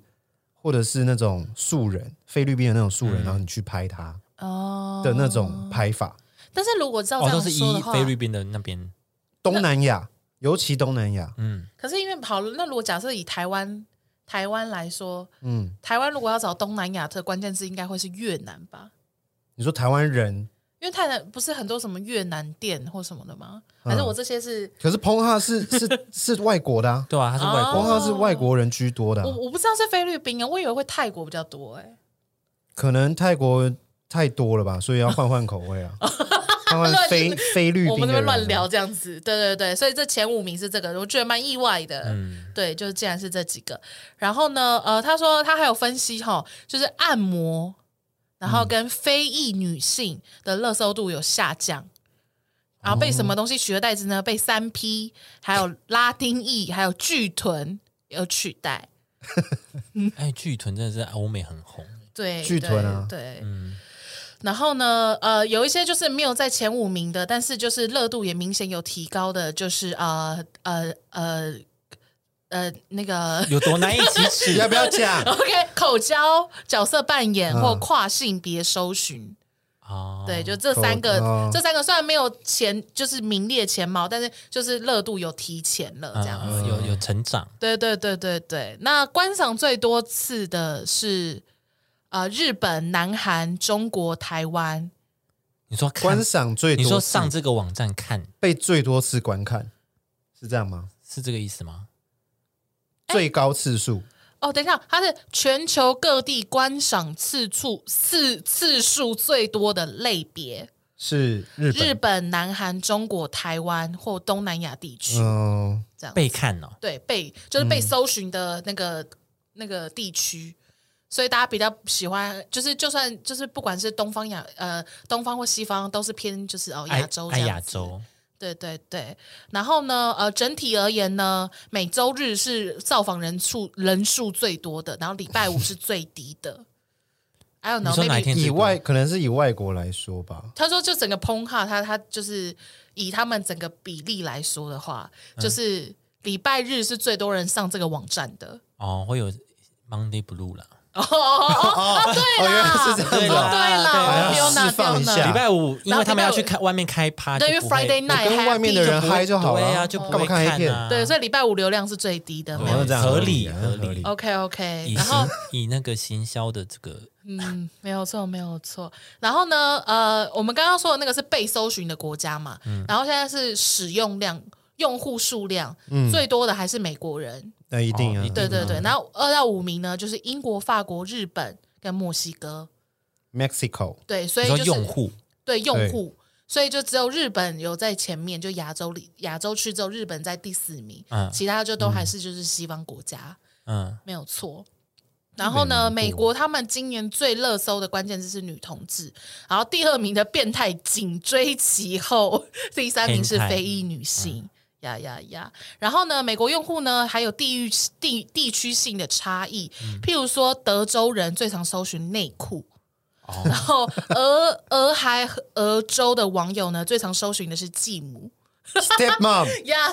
Speaker 3: 或者是那种素人，菲律宾的那种素人，然后你去拍他
Speaker 2: 哦
Speaker 3: 的那种拍法。
Speaker 2: 但是如果照
Speaker 1: 哦，
Speaker 2: 这
Speaker 1: 都
Speaker 2: 样
Speaker 1: 是
Speaker 2: 说的
Speaker 1: 一
Speaker 2: 话，
Speaker 1: 菲律宾的那边，
Speaker 3: 东南亚，尤其东南亚，
Speaker 1: 嗯，
Speaker 2: 可是因为好了，那如果假设以台湾台湾来说，
Speaker 3: 嗯，
Speaker 2: 台湾如果要找东南亚的关键字，应该会是越南吧？
Speaker 3: 你说台湾人，
Speaker 2: 因为台南不是很多什么越南店或什么的吗？
Speaker 3: 嗯
Speaker 2: 还是我这些是、
Speaker 3: 可是彭哈是是是外国的、啊，
Speaker 1: 对啊，他是外
Speaker 3: 彭
Speaker 1: 国
Speaker 2: 哦
Speaker 3: 哈是外国人居多的啊、
Speaker 2: 我我不知道是菲律宾啊，我以为会泰国比较多哎、
Speaker 3: 可能泰国太多了吧，所以要换换口
Speaker 2: [LAUGHS]
Speaker 3: 味啊，换换菲菲律
Speaker 2: 我
Speaker 3: 宾
Speaker 2: 们
Speaker 3: 的
Speaker 2: 这
Speaker 3: 人
Speaker 2: 边
Speaker 3: 啊
Speaker 2: 乱聊这样子，对对对，所以这前五名是这个，我觉得蛮意外的。
Speaker 1: 嗯
Speaker 2: 对，就是竟然是这几个。然后呢，呃，他说他还有分析哈，就是按摩，然
Speaker 3: 嗯
Speaker 2: 后跟非裔女性的热搜度有下降，然后被
Speaker 3: 哦
Speaker 2: 什么东西取而代之呢？被三 P，还有拉丁裔，还有巨臀有取代。
Speaker 1: 哎，巨臀真的是欧美很红，
Speaker 2: 对，
Speaker 3: 巨臀啊
Speaker 2: 对。对
Speaker 1: 嗯，
Speaker 2: 然后呢，呃，有一些就是没有在前五名的，但是就是热度也明显有提高的，就是呃呃呃呃那个
Speaker 1: 有多难以启齿？
Speaker 3: [LAUGHS] 要不要讲
Speaker 2: [LAUGHS] OK 口交、角色扮演
Speaker 3: 嗯
Speaker 2: 或跨性别搜寻，
Speaker 1: 啊？
Speaker 2: 对，就这三个，
Speaker 3: 口哦
Speaker 2: 这三个虽然没有前就是名列前茅，但是就是热度有提前了
Speaker 1: 嗯，
Speaker 2: 这样子。
Speaker 1: 嗯有有成长，
Speaker 2: 对对对对对，那观赏最多次的是呃日本、南韩、中国、台湾。
Speaker 1: 你说看
Speaker 3: 观，赏最多
Speaker 1: 你
Speaker 3: 次，
Speaker 1: 说上这个网站看
Speaker 3: 被最多次观看，是这样吗？
Speaker 1: 是这个意思吗？
Speaker 2: 哎
Speaker 3: 最高次数
Speaker 2: 哦，等一下，它是全球各地观赏次数次次数最多的类别，
Speaker 3: 是日
Speaker 2: 日
Speaker 3: 本，
Speaker 2: 本、南韩、中国、台湾或东南亚地区，
Speaker 3: 嗯，
Speaker 2: 这样
Speaker 1: 被看哦，
Speaker 2: 对被就是被搜寻的那个、那个地区。所以大家比较喜欢，就是就算就是不管是东方亚呃东方或西方，都是偏就是哦
Speaker 1: 爱
Speaker 2: 亚洲这
Speaker 1: 爱
Speaker 2: 样
Speaker 1: 亚
Speaker 2: 子
Speaker 1: 洲，
Speaker 2: 对对对，然后呢，呃，整体而言呢，每周日是造访人数人数最多的，然后礼拜五是最低的。I don't
Speaker 1: 你
Speaker 2: know，
Speaker 1: 说哪一
Speaker 2: maybe
Speaker 1: 天最
Speaker 3: 以
Speaker 1: 多
Speaker 3: 外可能是以外国来说吧，
Speaker 2: 他说就整个 p o n 哈，他他就是以他们整个比例来说的话，
Speaker 1: 嗯
Speaker 2: 就是礼拜日是最多人上这个网站的。
Speaker 1: 哦会有 Monday Blue 啦，
Speaker 2: 哦哦哦哦，对
Speaker 3: 哦原
Speaker 2: 啦
Speaker 3: 来，是这样子
Speaker 2: 对啦，
Speaker 3: 对啊
Speaker 2: 丢
Speaker 3: 好像
Speaker 2: 呢
Speaker 3: 释放
Speaker 2: 丢
Speaker 3: 一
Speaker 2: 呢，
Speaker 3: 下
Speaker 1: 礼拜五因
Speaker 2: 然后
Speaker 1: 为
Speaker 2: 礼
Speaker 1: 他们
Speaker 2: 拜
Speaker 1: 要
Speaker 2: 五
Speaker 1: 去看外面开趴，
Speaker 2: 对，因
Speaker 1: 就
Speaker 2: 为
Speaker 1: 不会
Speaker 2: Friday
Speaker 1: 就
Speaker 2: night
Speaker 3: 跟外面的
Speaker 2: happy
Speaker 3: 人嗨就好
Speaker 1: 对
Speaker 3: 了
Speaker 1: 啊，，就不
Speaker 3: 干嘛
Speaker 1: 会
Speaker 3: 看黑片
Speaker 1: 啊，
Speaker 2: 对，所以礼拜五流量是最低的，没
Speaker 1: 对
Speaker 3: 哦
Speaker 2: 有
Speaker 3: 这样
Speaker 1: 合
Speaker 3: 理
Speaker 1: 理
Speaker 3: 啊，
Speaker 1: 合
Speaker 3: 合
Speaker 1: 理
Speaker 2: OK OK，
Speaker 1: 以
Speaker 2: 然后
Speaker 1: 行以那个行销的这个
Speaker 2: 嗯，没有错，没有错。然后呢，呃，我们刚刚说的那个是被搜寻的国家嘛，然后现在是使用量、用户数量、最多的还是美国人，
Speaker 3: 那一定
Speaker 1: 哦
Speaker 3: 啊
Speaker 1: 一，定
Speaker 2: 对对对。然后二到五名呢，就是英国、法国、日本跟墨西哥，
Speaker 3: Mexico
Speaker 2: 对，所
Speaker 1: 你
Speaker 2: 以
Speaker 1: 说
Speaker 2: 就是
Speaker 1: 用户
Speaker 2: 对用户。所以就只有日本有在前面，就亚洲里亚洲区只有日本在第四名，
Speaker 1: 嗯
Speaker 2: 其他就都还是就是西方国家。
Speaker 1: 嗯
Speaker 2: 没有错。然后呢，美国他们今年最热搜的关键字是女同志，然后第二名的变态紧追其后， [LAUGHS] 第三名是
Speaker 1: 变态
Speaker 2: 非裔女性。呀呀呀！然后呢，美国用户呢还有地域地地区性的差异，
Speaker 1: 嗯
Speaker 2: 譬如说德州人最常搜寻内裤， [LAUGHS] 然
Speaker 1: 哦
Speaker 2: 后俄俄亥俄州的网友呢最常搜寻的是继母 [LAUGHS]
Speaker 3: Stepmom
Speaker 2: 呀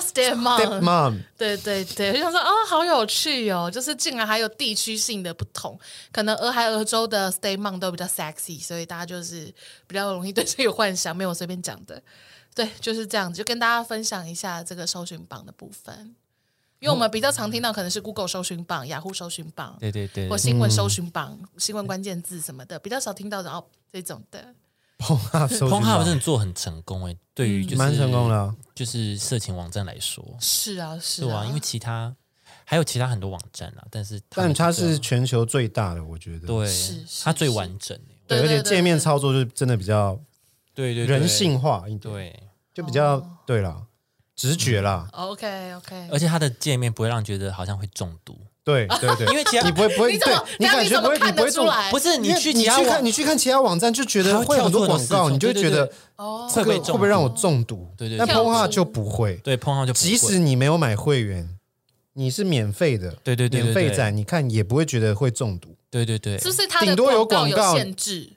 Speaker 1: [LAUGHS]
Speaker 2: stepmom
Speaker 3: Stepmom
Speaker 2: 对对对，就想说哦，好有趣哦，就是竟然还有地区性的不同，可能俄亥俄州的 Stay Mom 都比较 sexy，所以大家就是比较容易对这个有幻想，没有我随便讲的。对，就是这样子，就跟大家分享一下这个搜寻榜的部分，因为我们比较常听到可能是 Google 搜寻榜、雅虎搜寻榜
Speaker 1: 对对对
Speaker 2: 或新闻搜寻榜、新闻关键字什么的，比较少听到然后这种的。
Speaker 3: 碰哈啊收
Speaker 1: p o
Speaker 3: 集
Speaker 1: n h u
Speaker 3: 到
Speaker 1: 真的做很成功哎，对于就是
Speaker 3: 蛮成功的啊，
Speaker 1: 就是色情网站来说
Speaker 2: 是啊，是
Speaker 1: 是
Speaker 2: 啊，
Speaker 1: 啊，因为其他还有其他很多网站啊，但是
Speaker 3: 但
Speaker 1: 们
Speaker 3: 它
Speaker 1: 这
Speaker 3: 是
Speaker 1: 样
Speaker 3: 全球最大的，我觉得
Speaker 1: 对
Speaker 2: 是是，
Speaker 1: 它最
Speaker 2: 是
Speaker 1: 完整哎，
Speaker 2: 对
Speaker 3: 对，而
Speaker 2: 对
Speaker 3: 且
Speaker 2: 对
Speaker 3: 界面
Speaker 2: 对
Speaker 3: 操作就真的比较
Speaker 1: 对对对
Speaker 3: 人性化一点，
Speaker 1: 对。嗯
Speaker 3: 就比较
Speaker 2: 哦
Speaker 3: 对啦，直觉啦，
Speaker 2: OK OK，
Speaker 3: 呃
Speaker 1: 而且它的界面不会让你觉得好像会中毒，
Speaker 3: 对对对，
Speaker 1: 因为其他
Speaker 3: [LAUGHS] 你不会不会
Speaker 2: 你怎么等
Speaker 3: 对
Speaker 2: 下
Speaker 3: 感
Speaker 2: 你
Speaker 3: 觉
Speaker 2: 怎
Speaker 3: 不
Speaker 2: 么
Speaker 3: 会你
Speaker 2: 看
Speaker 3: 不
Speaker 2: 得
Speaker 3: 会
Speaker 2: 出
Speaker 3: 中
Speaker 2: 来
Speaker 1: 不是
Speaker 3: 因
Speaker 1: 你
Speaker 3: 为
Speaker 1: 去
Speaker 3: 你
Speaker 1: 其
Speaker 3: 去
Speaker 1: 他
Speaker 3: 看
Speaker 1: 网
Speaker 3: 你去看其他网站就觉得
Speaker 1: 它会
Speaker 3: 会有很
Speaker 1: 跳
Speaker 3: 多
Speaker 1: 出
Speaker 3: 广
Speaker 1: 很多
Speaker 3: 告，
Speaker 1: 四
Speaker 3: 你就会
Speaker 1: 种
Speaker 3: 觉得
Speaker 1: 对对
Speaker 2: 哦
Speaker 1: 会不会
Speaker 3: 会
Speaker 1: 中
Speaker 3: 不会让我
Speaker 1: 毒？
Speaker 3: 中毒？
Speaker 1: 对对
Speaker 3: 但
Speaker 1: 对
Speaker 3: p o
Speaker 2: 跳
Speaker 3: h
Speaker 2: 出
Speaker 3: 就不会，
Speaker 1: 对碰上就不
Speaker 3: 即
Speaker 1: 会
Speaker 3: 使你没有买会员，你是免费的，
Speaker 1: 对对对对对
Speaker 3: 免费仔，你看也不会觉得会中毒
Speaker 1: 对对对，
Speaker 2: 是不是它的
Speaker 3: 顶多有
Speaker 2: 广
Speaker 3: 广告
Speaker 2: 有限制？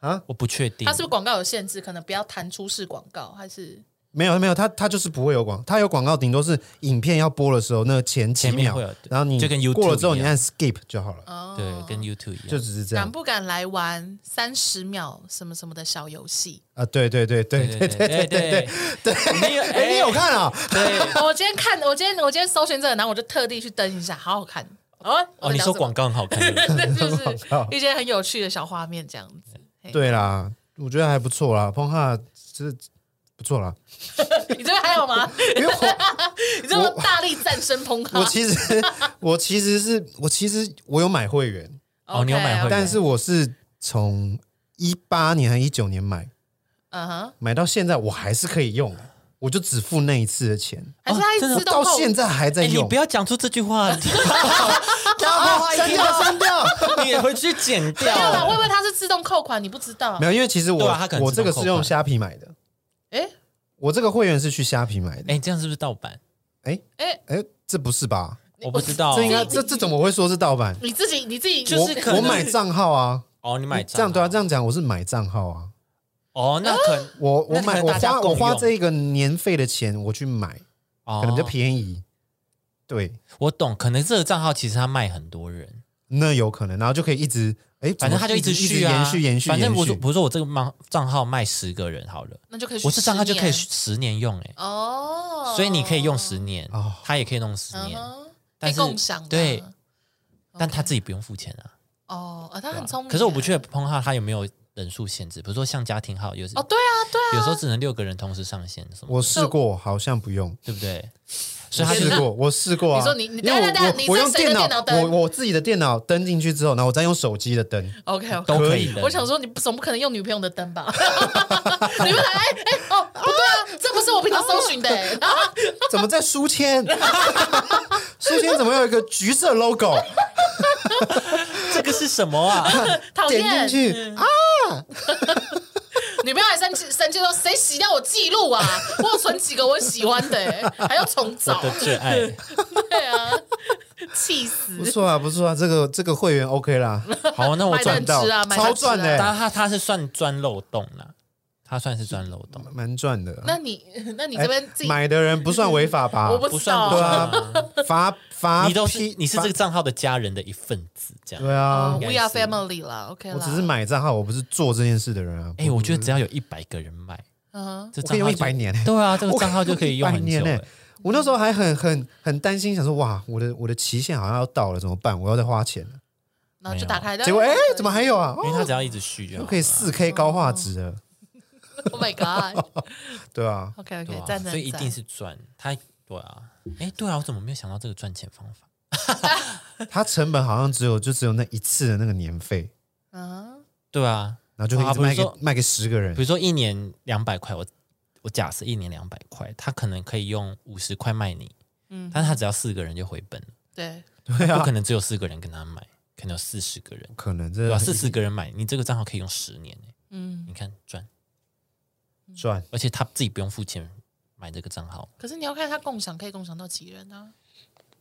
Speaker 3: 啊。
Speaker 1: 我不确定
Speaker 2: 它是不是广告有限制？可能不要弹出式广告，还是
Speaker 3: 没有没有，它它就是不会有广，它有广告，顶多是影片要播的时候，那前几
Speaker 1: 前面
Speaker 3: 秒
Speaker 1: 会有，
Speaker 3: 然后你
Speaker 1: 就跟 YouTube
Speaker 3: 过了之后，
Speaker 1: 一
Speaker 3: 你
Speaker 1: 样嗯
Speaker 3: 按 skip 就好了，
Speaker 2: 哦，
Speaker 1: 对，跟 YouTube 一样，
Speaker 3: 就只是这
Speaker 2: 敢
Speaker 3: 样
Speaker 2: 不敢来玩三十秒什么什么的小游戏？
Speaker 3: 啊。对对对对
Speaker 1: 对对
Speaker 3: 对对对对对
Speaker 1: 对，对，你有
Speaker 3: 哎，你有看啊？
Speaker 1: 对
Speaker 2: [LAUGHS] 我今天看，我今天我今天搜寻这个，然后我就特地去登一下，好好看哦。我
Speaker 1: 哦？
Speaker 2: 在
Speaker 1: 你
Speaker 2: 讲
Speaker 1: 说
Speaker 2: 什么
Speaker 1: 广告很好
Speaker 3: [LAUGHS]
Speaker 1: 看，
Speaker 2: [LAUGHS] 对，就
Speaker 3: 广告
Speaker 2: 是一些很有趣的小画面这样子。
Speaker 1: 哎
Speaker 2: 嘿，
Speaker 3: 对啦，我觉得还不错啦 p o n h 是不
Speaker 1: [LAUGHS]
Speaker 3: 错啦，
Speaker 2: 你这边还有吗？
Speaker 3: 因为我
Speaker 2: 你这么大力战声抨哈
Speaker 3: 我其实我其实是我其实我有买会员，
Speaker 1: 哦你有买
Speaker 2: OK，OK
Speaker 1: 会员
Speaker 3: 但是我是从一八年还一九年买，
Speaker 2: 嗯哼，
Speaker 3: 买到现在我还是可以用，我就只付那一次的钱，
Speaker 2: 还是它一
Speaker 1: 哦真的
Speaker 2: 自动
Speaker 3: 到
Speaker 2: 扣
Speaker 3: 现在还在
Speaker 1: 哎，你
Speaker 3: 用
Speaker 1: 不。要讲出这句话，哦
Speaker 3: 啊删掉删掉，
Speaker 1: [LAUGHS] 你也回去剪
Speaker 2: 没有啦，
Speaker 1: 掉。
Speaker 2: [LAUGHS] 会不会它是自动扣款？你不知道
Speaker 3: 啊没？有，因为其实我
Speaker 1: 对啊它可能
Speaker 3: 我
Speaker 1: 自
Speaker 3: 这
Speaker 1: 动
Speaker 3: 个
Speaker 1: 扣
Speaker 3: 是用
Speaker 1: 款
Speaker 3: 虾皮买的，
Speaker 2: 哎
Speaker 3: 我这个会员是去虾皮买的。
Speaker 1: 哎，这样是不是盗版？
Speaker 2: 哎，
Speaker 3: 哎，这不是吧？
Speaker 1: 我不知道
Speaker 3: 这，应该这这怎么会说是盗版？
Speaker 2: 你自己你自己
Speaker 1: 哦就是
Speaker 2: 我
Speaker 1: 可
Speaker 3: 我
Speaker 1: 能
Speaker 3: 买账号啊，
Speaker 1: 哦，你买
Speaker 3: 这样对啊，这
Speaker 1: 样
Speaker 3: 样讲我是买账号啊。
Speaker 1: 哦，那可
Speaker 3: 我我
Speaker 1: 那可
Speaker 3: 买
Speaker 1: 能
Speaker 3: 我
Speaker 1: 大家
Speaker 3: 花我
Speaker 1: 共
Speaker 3: 花
Speaker 1: 用
Speaker 3: 这一个年费的钱，我去买，
Speaker 1: 哦
Speaker 3: [GASPS] 可能比较便宜。对，
Speaker 1: 我懂，可能这个账号其实他卖很多人，
Speaker 3: 那有可能，然后就可以一直哎，怎
Speaker 1: 反
Speaker 3: 么
Speaker 1: 正他就
Speaker 3: 一直
Speaker 1: 续啊，
Speaker 3: 延续延续。
Speaker 1: 反正
Speaker 3: 延
Speaker 1: 我
Speaker 3: 续
Speaker 1: 说，比如说我这个账账号卖十个人好了，
Speaker 2: 那就可以去啊
Speaker 1: 我这账号
Speaker 2: 十
Speaker 1: 就
Speaker 2: 年
Speaker 1: 可以十年用哎，
Speaker 2: 哦，
Speaker 1: 所以你可以用十年
Speaker 3: 哦，
Speaker 1: 他也可以弄十
Speaker 2: 嗯
Speaker 1: 年，
Speaker 2: 哼，可
Speaker 1: 但
Speaker 2: 以
Speaker 1: 是
Speaker 2: 共享的
Speaker 1: 对但他
Speaker 2: OK
Speaker 1: 自己不用付钱啊。
Speaker 2: 哦，呃他
Speaker 1: 对
Speaker 2: 很
Speaker 1: 吧
Speaker 2: 聪明耶，啊
Speaker 1: 可是我不确定 p o 他有没有人数限制，比如说像家庭号，有时、
Speaker 2: 哦，对啊，
Speaker 1: [LAUGHS]
Speaker 2: 对啊，
Speaker 1: 有时候只能六个人同时上线，什么
Speaker 3: 我试过，好像不用。
Speaker 1: 对不对？所以
Speaker 3: 我
Speaker 1: 他就
Speaker 3: 试
Speaker 1: 是
Speaker 3: 过，我试过啊。
Speaker 2: 你说你你
Speaker 3: 因为我
Speaker 2: 等等等你
Speaker 3: 我我
Speaker 2: 在
Speaker 3: 用
Speaker 2: 谁的电脑
Speaker 3: 脑，
Speaker 2: 登
Speaker 3: 我我自己的电脑登进去之后，然后我再用手机的登。
Speaker 2: [LAUGHS] OK OK。
Speaker 1: 都可
Speaker 3: 可
Speaker 1: 以
Speaker 3: 以
Speaker 1: 的。
Speaker 2: 哦我想说，你总不可能用女朋友的灯
Speaker 1: [LAUGHS]
Speaker 2: 吧？你们来，哎、哎哦，不对啊，这不是我平常搜寻
Speaker 1: [LAUGHS]
Speaker 2: 的、哎然后
Speaker 3: 怎么在书签？ [LAUGHS] 书签怎么有一个橘色 logo？
Speaker 1: 这个是什么啊？
Speaker 2: 讨
Speaker 3: 点
Speaker 2: 厌，嗯
Speaker 3: 进去啊，
Speaker 2: 女朋友还生气生气说，谁洗掉我记录啊？我有存几个我喜欢的、哎
Speaker 1: [LAUGHS]
Speaker 2: 还要重
Speaker 1: 我
Speaker 2: 找，
Speaker 1: 的最爱，
Speaker 2: 对啊，气死
Speaker 3: 不！错啊，不错啊，这个这个会员 OK 啦，
Speaker 1: 好啊，那我
Speaker 2: 买
Speaker 1: 转
Speaker 2: 蛋
Speaker 3: 赚
Speaker 2: 吃
Speaker 3: 到
Speaker 2: 啊，买
Speaker 3: 超
Speaker 2: 蛋吃
Speaker 3: 赚
Speaker 2: 啊
Speaker 3: 的，
Speaker 1: 但他他是算钻漏洞啦，他算是钻漏洞，
Speaker 3: 蛮赚的。哎
Speaker 2: 那你那你这边自己，
Speaker 3: 买的人不算违法吧？
Speaker 2: [LAUGHS] 我不
Speaker 1: 不
Speaker 2: 知
Speaker 1: 算
Speaker 2: 道、
Speaker 1: 不
Speaker 3: 对
Speaker 1: 算
Speaker 3: 啊
Speaker 1: 啊，
Speaker 2: [LAUGHS]
Speaker 3: 罚罚
Speaker 1: 你都是
Speaker 3: 批
Speaker 1: 你是这个账号的家人的一份子，这样
Speaker 3: 对。啊
Speaker 2: 哦、
Speaker 1: 应该
Speaker 2: ，We are
Speaker 1: 是
Speaker 2: family 啦，OK 啦。
Speaker 3: 我只是买账号，我不是做这件事的人啊。
Speaker 1: 哎，我觉得只要有一百个人买，
Speaker 2: 嗯，
Speaker 1: 这
Speaker 3: 我可
Speaker 1: 账
Speaker 3: 以
Speaker 1: 号
Speaker 3: 用一
Speaker 1: 就
Speaker 3: 百年、欸。
Speaker 1: 对啊，这个账号就可以用很
Speaker 3: 我可以用
Speaker 1: 久
Speaker 3: 100年
Speaker 1: 了
Speaker 3: 欸。我那时候还很很很担心，想说哇，我的我的期限好像要到了，怎么办？我要再花钱啊了。
Speaker 2: 然后就打开，
Speaker 3: 结果哎、怎么还有
Speaker 2: [LAUGHS]
Speaker 3: 啊？
Speaker 1: 因为
Speaker 3: 哦，
Speaker 1: 他只要一直续就好
Speaker 3: 又
Speaker 1: 了
Speaker 3: 可以四 K
Speaker 2: 哦
Speaker 3: 高画质了，
Speaker 2: ？Oh my
Speaker 1: [LAUGHS]
Speaker 2: god！OK
Speaker 3: 对啊，
Speaker 1: 对
Speaker 2: OK，
Speaker 1: 啊
Speaker 2: 赞赞，
Speaker 1: 所以一
Speaker 2: 赞
Speaker 1: 定是赚。他对啊，哎，对啊，我怎么没有想到这个赚钱方法？
Speaker 3: 它成本好像只有就只有那一次的那个年费，
Speaker 2: 嗯，
Speaker 1: 对啊，
Speaker 3: 然后就可以
Speaker 1: 啊
Speaker 3: 一直卖
Speaker 1: 比如
Speaker 3: 给
Speaker 1: 说
Speaker 3: 卖给十个人
Speaker 1: 比如。说一年两百块，我我假设一年两百块，他可能可以用五十块卖你，
Speaker 2: 嗯
Speaker 1: 但是他只要四个人就回本了，
Speaker 2: 对，
Speaker 3: 对
Speaker 1: 不
Speaker 3: 啊
Speaker 1: 可，能只有四个人跟他买，可能有四十个人，
Speaker 3: 可能
Speaker 1: 对
Speaker 3: 这
Speaker 1: 吧？啊四十个人买，你这个账号可以用十年、欸、
Speaker 2: 嗯。
Speaker 1: 你看赚，
Speaker 3: 赚。
Speaker 1: 而且他自己不用付钱买这个账号，
Speaker 2: 可是你要看他共享可以共享到几人啊呢、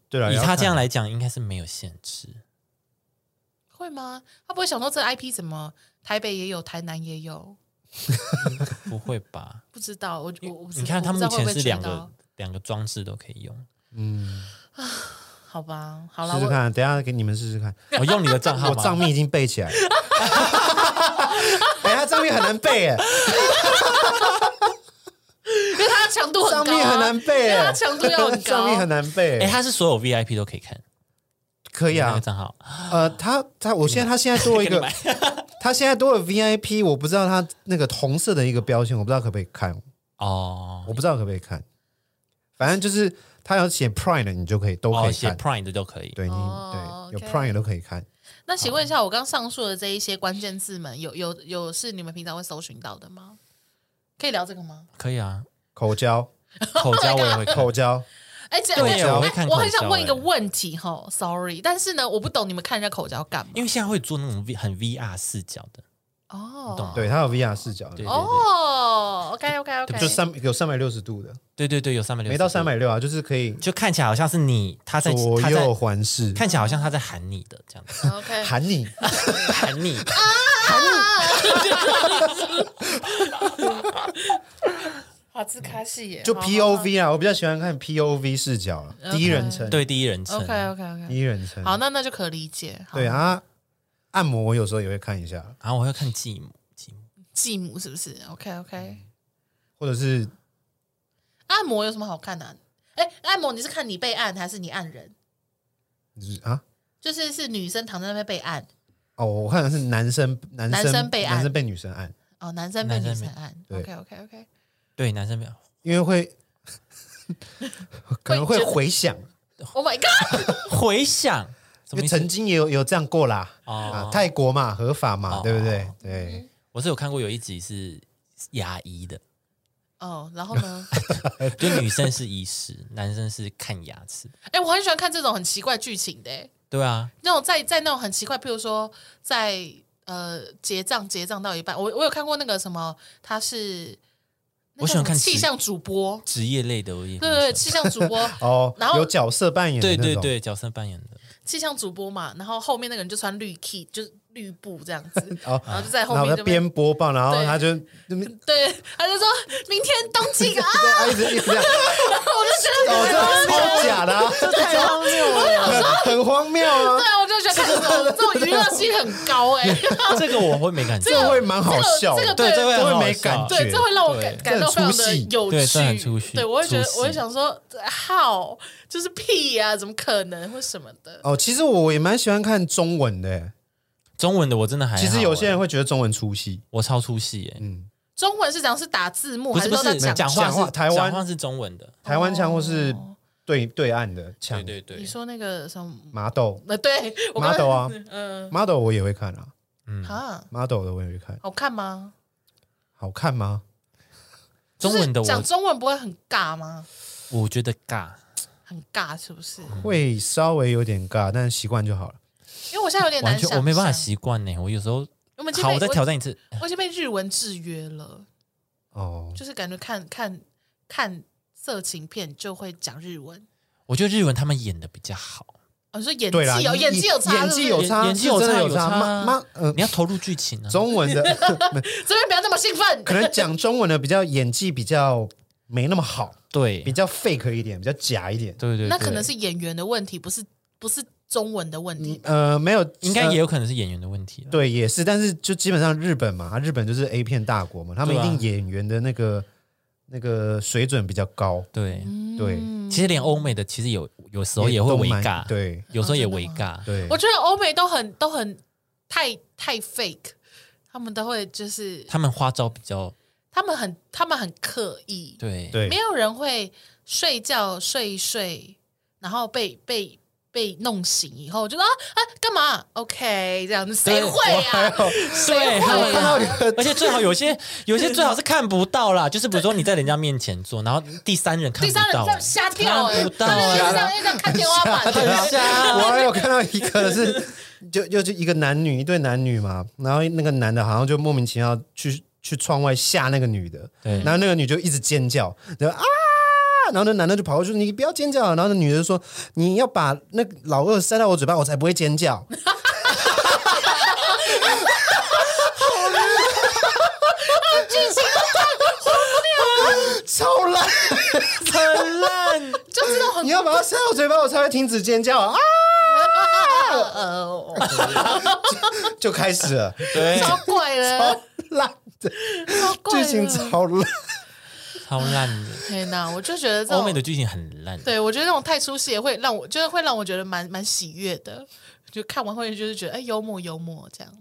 Speaker 3: 对了，
Speaker 1: 以
Speaker 3: 也要
Speaker 1: 他这样
Speaker 3: 看
Speaker 1: 来讲，应该是没有限制，
Speaker 2: 会吗？他不会想到这 IP 怎么台北也有，台南也有，
Speaker 1: 不会吧？
Speaker 2: 不知道。 [LAUGHS] 我我我不知
Speaker 1: 你看
Speaker 2: 我
Speaker 1: 他
Speaker 2: 不知
Speaker 1: 目
Speaker 2: 道会
Speaker 1: 前
Speaker 2: 不会
Speaker 1: 是两
Speaker 2: 追
Speaker 1: 个
Speaker 2: 到
Speaker 1: 两个装置都可以用，
Speaker 2: 好吧，好了，
Speaker 3: 试试
Speaker 2: 我
Speaker 3: 看，等一下给你们试试看。
Speaker 1: 我、哦用你的账号
Speaker 3: [LAUGHS] 我账
Speaker 1: 吗？
Speaker 3: 密已经背起
Speaker 2: [LAUGHS]
Speaker 3: 来了，哎，他账密很难背哎，
Speaker 2: [LAUGHS] 因为它的强度很高、啊，
Speaker 3: 账密很难背
Speaker 2: 因为它
Speaker 3: 哎，
Speaker 2: 强度要很高
Speaker 3: 账密很难背
Speaker 1: 哎、
Speaker 3: 欸。
Speaker 1: 他是所有 VIP 都可以看，
Speaker 3: 可以
Speaker 1: 那个
Speaker 3: 啊，
Speaker 1: 账号
Speaker 3: 呃，他他，我现在他现在多了一
Speaker 1: 给你
Speaker 3: 个
Speaker 1: 买，
Speaker 3: [LAUGHS] 他现在多了 VIP，我不知道他那个红色的一个标签，我不知道可不可以看，
Speaker 1: 哦，
Speaker 3: 我不知道可不可以看，反正就是他有写 Prime 的，你就可以都可
Speaker 1: 哦，
Speaker 3: 以
Speaker 1: 写
Speaker 3: 看，
Speaker 1: Prime 的都可以，
Speaker 3: 对你
Speaker 2: 哦
Speaker 3: 对有
Speaker 2: OK
Speaker 3: Prime 都可以看。
Speaker 2: 那请问一下，我刚上述的这一些关键字们，有有有是你们平常会搜寻到的吗？可以聊这个吗？
Speaker 1: 可以啊，
Speaker 3: 口交，
Speaker 1: 口交我也会看，
Speaker 3: [LAUGHS] 口交，
Speaker 2: 哎、这
Speaker 1: 对耶
Speaker 2: 哎
Speaker 1: 我会看
Speaker 2: 我很
Speaker 1: 口交
Speaker 2: 想问一个
Speaker 1: 哎
Speaker 2: 问题哈，sorry，但是呢，我不懂你们看人家口交干嘛
Speaker 1: 因为现在会做那种 V 很 VR 视角的，
Speaker 2: 哦，
Speaker 1: 懂
Speaker 3: 对，它有 VR 视角，
Speaker 1: 对
Speaker 2: 哦，OK OK OK，
Speaker 3: 就三有三百六十度的，
Speaker 1: 对对对，有三百六，
Speaker 3: 没到三，百六啊，就是可以
Speaker 1: 就看起来好像是你他 [LAUGHS] 在
Speaker 3: 左
Speaker 1: 他
Speaker 3: 右
Speaker 1: 在
Speaker 3: 环视，
Speaker 1: 看起来好像他在喊你的这样 [LAUGHS] 子，
Speaker 2: OK，[LAUGHS]
Speaker 3: 喊你，
Speaker 1: 喊你，
Speaker 2: 好自卡戏耶，
Speaker 3: 就
Speaker 2: 好
Speaker 3: POV 啊，我比较喜欢看 POV 视角了，
Speaker 2: OK
Speaker 3: 第一人称，
Speaker 1: 对第一人称，
Speaker 2: OK OK OK，
Speaker 3: 第一人称，
Speaker 2: 好，那那就可理解。好
Speaker 3: 嗯对，啊，按摩我有时候也会看一下，
Speaker 1: 然后我会看继母，继母
Speaker 2: 继母是不是？OK OK，
Speaker 3: 或者是
Speaker 2: 按摩有什么好看的啊？哎，按摩你是看你被按还是你按人？
Speaker 3: 啊。
Speaker 2: 就是是女生躺在那边被按，
Speaker 3: 哦，我看的是男生，男生
Speaker 2: 男生被按
Speaker 3: 男生被女生按，
Speaker 2: 哦，男生被女
Speaker 1: 男
Speaker 2: 生
Speaker 1: 生
Speaker 2: 按。
Speaker 3: 对
Speaker 2: OK OK OK，
Speaker 1: 对男生没有，
Speaker 3: 因为会可能
Speaker 2: 会
Speaker 3: 会
Speaker 2: 觉得
Speaker 3: 回响，
Speaker 2: Oh my god！
Speaker 1: 回响，什么
Speaker 3: 因为
Speaker 1: 意思
Speaker 3: 曾经也有有这样过啦，啊
Speaker 1: 哦，，
Speaker 3: 泰国嘛，合法嘛，
Speaker 1: 哦
Speaker 3: 对不对
Speaker 1: 哦？
Speaker 2: 嗯
Speaker 3: 对，
Speaker 1: 我是有看过有一集是牙医的，
Speaker 2: 哦，然后呢？
Speaker 1: 就女生是医师，男生是看牙齿，
Speaker 2: 哎，我很喜欢看这种很奇怪剧情的欸，
Speaker 1: 对啊，
Speaker 2: 那种在在那种很奇怪，譬如说在呃结账结账到一半，我我有看过那个什么，他是那
Speaker 1: 我喜欢
Speaker 2: 叫什么
Speaker 1: 看
Speaker 2: 气
Speaker 1: 直
Speaker 2: 象主播，
Speaker 1: 职业类的我也
Speaker 2: 对对对，
Speaker 1: 蛮喜
Speaker 2: 气象主播，
Speaker 3: 哦
Speaker 2: 然，后
Speaker 3: 有角色扮演，
Speaker 1: 欢对对，对，角色扮演的，
Speaker 2: 气象主播嘛，然后后面那个人就穿绿 key，就是绿布这样子，
Speaker 3: 哦，
Speaker 2: 然后就在后
Speaker 3: 然后
Speaker 2: 面
Speaker 3: 他
Speaker 2: 这边，
Speaker 3: 边播报，然后
Speaker 2: 对
Speaker 3: 他就那边
Speaker 2: 对，他就说明天冬季啊，
Speaker 3: 对，一直一直这样，
Speaker 2: 我就觉得 [LAUGHS]
Speaker 3: 哦，这超假的啊，这太荒谬了，很荒谬啊
Speaker 2: 对，，我就觉得看这种这种娱乐性很高哎、
Speaker 1: 这个我会没感觉，
Speaker 3: [LAUGHS] 这会蛮好笑
Speaker 2: 这个
Speaker 3: 的，
Speaker 1: 对，这会
Speaker 3: 这
Speaker 1: 很
Speaker 3: 会
Speaker 1: 好
Speaker 3: 没
Speaker 1: 笑
Speaker 3: 感觉
Speaker 2: 对，这会让我感
Speaker 1: 对
Speaker 2: 感到非常
Speaker 3: 这
Speaker 2: 的
Speaker 3: 很出戏
Speaker 2: 有
Speaker 1: 对这很出
Speaker 2: 趣，
Speaker 1: 戏
Speaker 2: 对我会觉得
Speaker 1: 出，戏
Speaker 2: 我会想说，how 就是屁呀、怎么可能或什么的？
Speaker 3: 哦，其实我也蛮喜欢看中文的，
Speaker 1: 中文的我真的还好
Speaker 3: 其实有些
Speaker 1: 欸
Speaker 3: 人会觉得中文粗细，
Speaker 1: 我超出戏耶，
Speaker 3: 嗯，
Speaker 2: 中文是讲是打字幕，
Speaker 1: 不是不
Speaker 2: 还
Speaker 1: 是
Speaker 2: 是都在
Speaker 1: 讲话
Speaker 3: 讲话
Speaker 1: 是
Speaker 3: 台湾
Speaker 1: 讲话是中文的，
Speaker 3: 台湾腔或是
Speaker 2: 哦
Speaker 3: 对对岸的
Speaker 1: 对
Speaker 3: 腔，
Speaker 1: 对
Speaker 2: 你
Speaker 1: 对，
Speaker 2: 说那个什么？
Speaker 3: 麻豆
Speaker 2: 呃，对，我刚
Speaker 3: 麻豆啊
Speaker 2: 嗯，
Speaker 3: model 我也会看啊
Speaker 1: 嗯，
Speaker 2: 啊，
Speaker 3: ，model 的我也会看，
Speaker 2: 好看吗？
Speaker 3: 好看吗？
Speaker 1: 中文的
Speaker 2: 就是讲
Speaker 1: 我
Speaker 2: 中文不会很尬吗？
Speaker 1: 我觉得尬，
Speaker 2: 很尬是不是？
Speaker 3: 会稍微有点尬，但习惯就好了。
Speaker 2: 因为我现在有点难
Speaker 1: 完
Speaker 2: 想
Speaker 1: 全
Speaker 2: 象，
Speaker 1: 我没办法习惯呢，我有时候
Speaker 2: 我们已经
Speaker 1: 好，
Speaker 2: 被
Speaker 1: 我再挑战一次，
Speaker 2: 我，我已经被日文制约了，
Speaker 3: 哦，
Speaker 2: 就是感觉看看看色情片就会讲日文。
Speaker 1: 我觉得日文他们演的比较好，
Speaker 2: 哦，你说演
Speaker 3: 对啦，
Speaker 2: 技有
Speaker 3: 演
Speaker 2: 演技有差，
Speaker 3: 演
Speaker 2: 是不
Speaker 3: 技
Speaker 2: 是
Speaker 3: 有差，
Speaker 1: 演技
Speaker 3: 是真的
Speaker 1: 有差有差
Speaker 3: 差。妈妈，呃
Speaker 1: 你，要投入剧情啊，
Speaker 3: 中文的 [LAUGHS]
Speaker 2: 这边不要那么兴奋。
Speaker 3: 可能讲中文的比较演技比较没那么好，
Speaker 1: 对
Speaker 3: 比较 fake 一点，比较假一点。
Speaker 1: 对对，
Speaker 2: 那可
Speaker 1: 对
Speaker 2: 能是演员的问题，不是不是中文的问题。
Speaker 3: 呃，没有，
Speaker 1: 应该
Speaker 3: 呃
Speaker 1: 也有可能是演员的问题了，
Speaker 3: 对，也是，但是就基本上日本嘛，日本就是 A 片大国嘛，他们一
Speaker 1: 对啊
Speaker 3: 定演员的那个那个水准比较高，
Speaker 1: 对，
Speaker 2: 嗯
Speaker 3: 对，
Speaker 1: 其实连欧美的其实有有时候也会
Speaker 3: 都
Speaker 1: 微
Speaker 3: 蛮
Speaker 1: 尬，，
Speaker 3: 对
Speaker 1: 有时候也
Speaker 2: 哦真的
Speaker 1: 微
Speaker 2: 吗
Speaker 1: 尬，
Speaker 3: 对
Speaker 2: 我，觉得欧美都很都很太太 fake，他们都会就是
Speaker 1: 他们花招比较
Speaker 2: 他们很他们很刻意，
Speaker 1: 对，
Speaker 3: 对
Speaker 2: 没有人会睡觉睡一睡，然后被被被弄醒以后就说啊啊干嘛？OK，这样子谁
Speaker 1: 对
Speaker 2: 会啊？谁
Speaker 1: 对他
Speaker 2: 会
Speaker 1: 们
Speaker 2: 啊？
Speaker 1: 而且最好有些有些最好是看不到
Speaker 2: [LAUGHS]
Speaker 1: 啦，就是比如说你在人家面前做，然后第三人看
Speaker 2: 第
Speaker 1: 不
Speaker 2: 三人
Speaker 1: 到
Speaker 2: 这，样瞎掉哎、
Speaker 1: 看
Speaker 2: 欸，
Speaker 1: 不到啊
Speaker 2: 他们就这样就这样看天花板，
Speaker 3: 对啊
Speaker 1: 很 [LAUGHS]
Speaker 2: [LAUGHS]
Speaker 1: 瞎
Speaker 3: 我还有看到一个是，就就就一个男女一对男女嘛，然后那个男的好像就莫名其妙去去窗外吓那个女的，
Speaker 1: 对
Speaker 3: 然后那个女就一直尖叫，然后啊。然后那男的就跑过去，你不要尖叫。然后那女的就说：“你要把那个老二塞到我嘴巴，我才不会尖叫。
Speaker 2: 剧情
Speaker 3: [LAUGHS] 超烂， [LAUGHS]
Speaker 1: 很烂，
Speaker 2: 就是那种很
Speaker 3: 你要把它塞到我嘴巴，我才会停止尖叫啊！
Speaker 2: 呃
Speaker 3: 就开始了，
Speaker 1: 对，
Speaker 2: 超怪
Speaker 3: 超
Speaker 2: 了，
Speaker 3: 烂的
Speaker 2: 超怪
Speaker 3: 剧
Speaker 2: 了
Speaker 3: 情
Speaker 2: [LAUGHS]
Speaker 3: 超烂。
Speaker 1: 超烂的。
Speaker 2: 天哪，我就觉得这
Speaker 1: 欧美
Speaker 2: 种
Speaker 1: 的剧情很烂，
Speaker 2: 对我觉得那种太出戏也会让我，就是会让我觉得蛮蛮喜悦的，就看完会就是觉得哎幽默幽默这样子。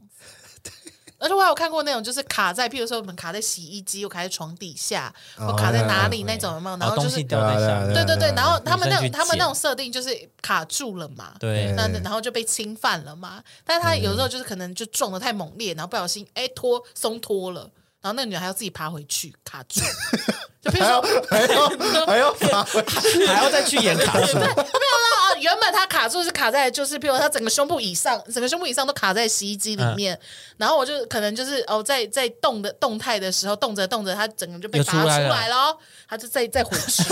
Speaker 2: 而且我还有看过那种，就是卡在，譬如说我们卡在洗衣机，又卡在床底下，我卡
Speaker 3: 哦
Speaker 2: 在哪里那种，有没有？然
Speaker 1: 然后
Speaker 2: 后就
Speaker 1: 哦东
Speaker 2: 是
Speaker 1: 西掉在下
Speaker 2: 对
Speaker 3: 对
Speaker 1: 面，
Speaker 2: 对对，然后他们那
Speaker 1: 女生去
Speaker 2: 种
Speaker 1: 捡
Speaker 2: 他们那种设定就是卡住了嘛，
Speaker 1: 对嗯
Speaker 2: 那然后就被侵犯了嘛。但是他有时候就是可能就撞的太猛烈，然后不小心哎脱松脱了，然后那个女孩要自己爬回去卡住， [LAUGHS] 就比如说。
Speaker 3: 还要还要发挥，
Speaker 1: 还要再去演卡住，
Speaker 2: 啊，原本他卡住是卡在，就是比如他整个胸部以上，整个胸部以上都卡在洗衣机
Speaker 1: 嗯
Speaker 2: 里面。然后我就可能就是哦，在在动的动态的时候，动着动着，他整个就被
Speaker 1: 又
Speaker 2: 拔
Speaker 1: 出
Speaker 2: 出
Speaker 1: 来了
Speaker 2: 来了哦，他就再再
Speaker 1: [LAUGHS]
Speaker 2: 回去。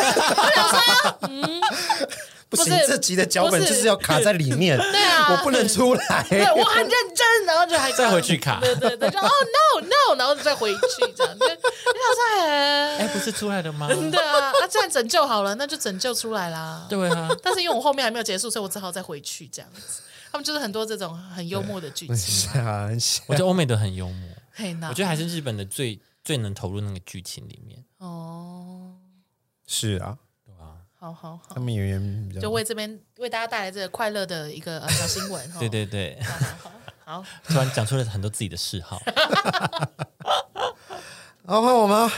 Speaker 3: 不
Speaker 2: 是
Speaker 3: 行，这集的脚本就是要卡在里
Speaker 2: [LAUGHS]
Speaker 3: 面，对
Speaker 2: 啊
Speaker 3: 我不能出来。哎
Speaker 1: [LAUGHS]
Speaker 2: 对，我很认真，然后就还
Speaker 1: 再回去卡
Speaker 2: 对对对，就哦 no no，然后再回去这样，就你想说
Speaker 1: 哎，
Speaker 2: 哎，
Speaker 1: 不是出来了吗？
Speaker 2: 对啊，那这样拯救好了，那就拯救出来啦。
Speaker 1: 对 [LAUGHS] 啊，
Speaker 2: [LAUGHS] 但是因为我后面还没有结束，所以我只好再回去这样子。他们就是很多这种很幽默的剧情，
Speaker 3: 吓很吓
Speaker 1: 我觉得欧美的很幽默，
Speaker 2: 嘿
Speaker 1: 嗯
Speaker 2: 那
Speaker 1: 我觉得还是日本的最最能投入那个剧情里面。
Speaker 2: 哦，
Speaker 3: 是啊，
Speaker 2: 好好好
Speaker 3: 他，们演员
Speaker 1: 啊
Speaker 3: 比较
Speaker 2: 就为这边为大家带来这个快乐的一个、呃、小新
Speaker 1: [LAUGHS]
Speaker 2: 闻。
Speaker 1: 对，对对，
Speaker 2: 好好好，好
Speaker 1: 突然讲出了很多自己的嗜
Speaker 2: [LAUGHS]
Speaker 1: 好。
Speaker 3: 好换我吗？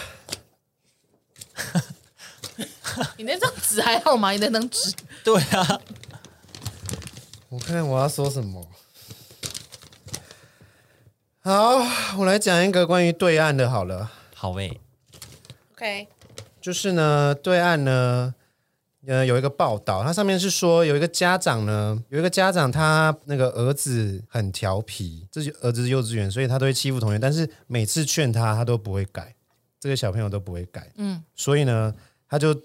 Speaker 2: 你那张纸还好吗？你那张纸，
Speaker 1: 对啊，
Speaker 3: 我看看我要说什么。好，我来讲一个关于对岸的，好了。
Speaker 1: 好欸诶，
Speaker 2: OK，
Speaker 3: 就是呢，对岸呢，呃，有一个报道，它上面是说有一个家长呢，有一个家长他那个儿子很调皮，这就儿子是幼稚园，所以他都会欺负同学，但是每次劝他，他都不会改，这个小朋友都不会改，嗯，所以呢，他就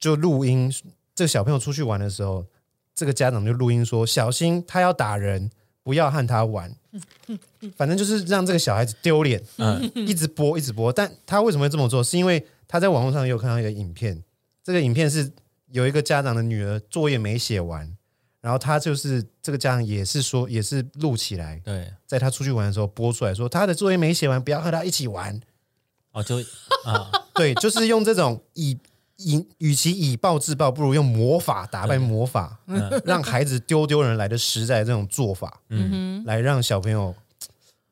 Speaker 3: 就录音，这个小朋友出去玩的时候，这个家长就录音说小心他要打人，不要和他玩。反正就是让这个小孩子丢脸，
Speaker 1: 嗯
Speaker 3: 一直播一直播。但他为什么会这么做？是因为他在网络上也有看到一个影片，这个影片是有一个家长的女儿作业没写完，然后他就是这个家长也是说也是录起来，
Speaker 1: 对，
Speaker 3: 在他出去玩的时候播出来说他的作业没写完，不要和他一起玩。
Speaker 1: 哦就啊，
Speaker 3: 对，就是用这种以以与其以暴制暴，不如用魔法打败魔法，让孩子丢丢人来的实在这种做法，
Speaker 1: 嗯嗯
Speaker 3: 来让小朋友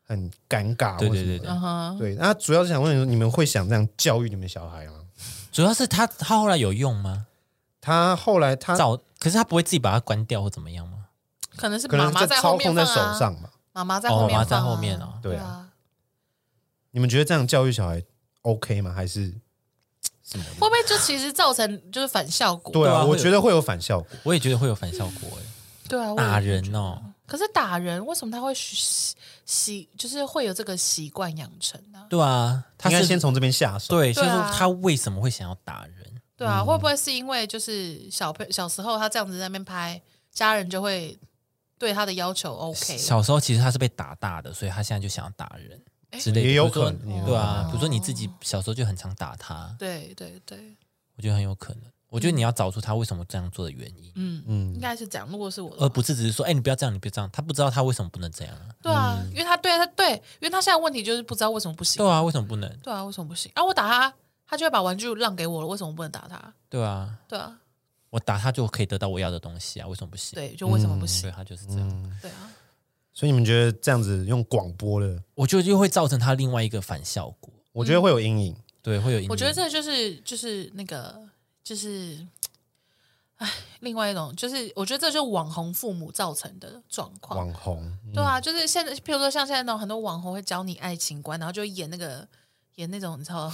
Speaker 3: 很尴尬，
Speaker 1: 对
Speaker 3: 或什么
Speaker 1: 对对
Speaker 3: 的
Speaker 2: 嗯哼，
Speaker 3: 对。那主要是想问你说，你们会想这样教育你们小孩吗？
Speaker 1: 主要是他他后来有用吗？
Speaker 3: 他后来
Speaker 2: 啊
Speaker 3: 他
Speaker 1: 早，可是他不会自己把它关掉或怎么样吗？
Speaker 2: 可能是
Speaker 3: 可
Speaker 2: 妈
Speaker 3: 能
Speaker 2: 妈
Speaker 3: 在
Speaker 2: 在
Speaker 3: 操
Speaker 2: 后面
Speaker 3: 控
Speaker 2: 放
Speaker 3: 在
Speaker 2: 啊
Speaker 3: 手，上嘛，
Speaker 2: 妈妈在
Speaker 1: 哦
Speaker 2: 后
Speaker 1: 妈
Speaker 2: 面
Speaker 1: 妈在
Speaker 2: 放啊
Speaker 1: 后面哦
Speaker 3: 对啊
Speaker 2: 啊。
Speaker 3: 你们觉得这样教育小孩 OK 吗？还是什么的？
Speaker 2: 会不会就其实造成就是反效果？
Speaker 3: 对
Speaker 1: 对啊
Speaker 3: 啊，
Speaker 1: 会有
Speaker 3: 我觉得会有反效果。
Speaker 1: 我也觉得会有反效果哎，
Speaker 2: 对啊，我也
Speaker 1: 打人哦，
Speaker 2: 可是打人为什么他会习习就是会有这个习惯养成呢、
Speaker 1: 对啊，他
Speaker 3: 应该
Speaker 1: 是
Speaker 3: 先从这边下手。
Speaker 1: 对，
Speaker 2: 对
Speaker 1: 所以
Speaker 2: 啊
Speaker 1: 说他为什么会想要打人？
Speaker 2: 对啊，会不会是因为就是小朋小时候他这样子在那边拍，家人就会对他的要求 OK？
Speaker 1: 小时候其实他是被打大的，所以他现在就想要打人之类的，
Speaker 3: 也有
Speaker 1: 比如说
Speaker 3: 可能
Speaker 1: 对啊，比如说你自己小时候就很常打他，
Speaker 2: 对对对，
Speaker 1: 我觉得很有可能。我觉得你要找出他为什么这样做的原因，
Speaker 2: 嗯，应
Speaker 3: 嗯，呃
Speaker 2: 该是这样。如果是我的话，
Speaker 1: 而不是只是说，哎、你不要这样，你不要这样。他不知道他为什么不能这样啊？
Speaker 2: 对啊，
Speaker 3: 嗯
Speaker 2: 因为他对他对，因为他现在问题就是不知道为什么不行
Speaker 1: 对。啊，为什么不能？
Speaker 2: 对啊，为什么不行？啊，我打他，他就会把玩具让给我了，为什么不能打他？
Speaker 1: 对啊，
Speaker 2: 对啊，
Speaker 1: 我打他就可以得到我要的东西啊，为什么不行？
Speaker 2: 对，就为什么不
Speaker 1: 所
Speaker 2: 行？
Speaker 1: 以他就是这样。
Speaker 3: 嗯
Speaker 2: 对啊，
Speaker 3: 所以你们觉得这样子用广播的，
Speaker 1: 我觉得就会造成他另外一个反效果，
Speaker 3: 我觉得会有阴影。
Speaker 1: 对，会有影响。
Speaker 2: 我觉得这就是就是那个就是，唉，另外一种就是，我觉得这就是网红父母造成的状况。
Speaker 3: 网红，
Speaker 2: 对啊，就是现在，譬如说像现在那种很多网红会教你爱情观，然后就演那个演那种你知
Speaker 3: [LAUGHS]
Speaker 2: 道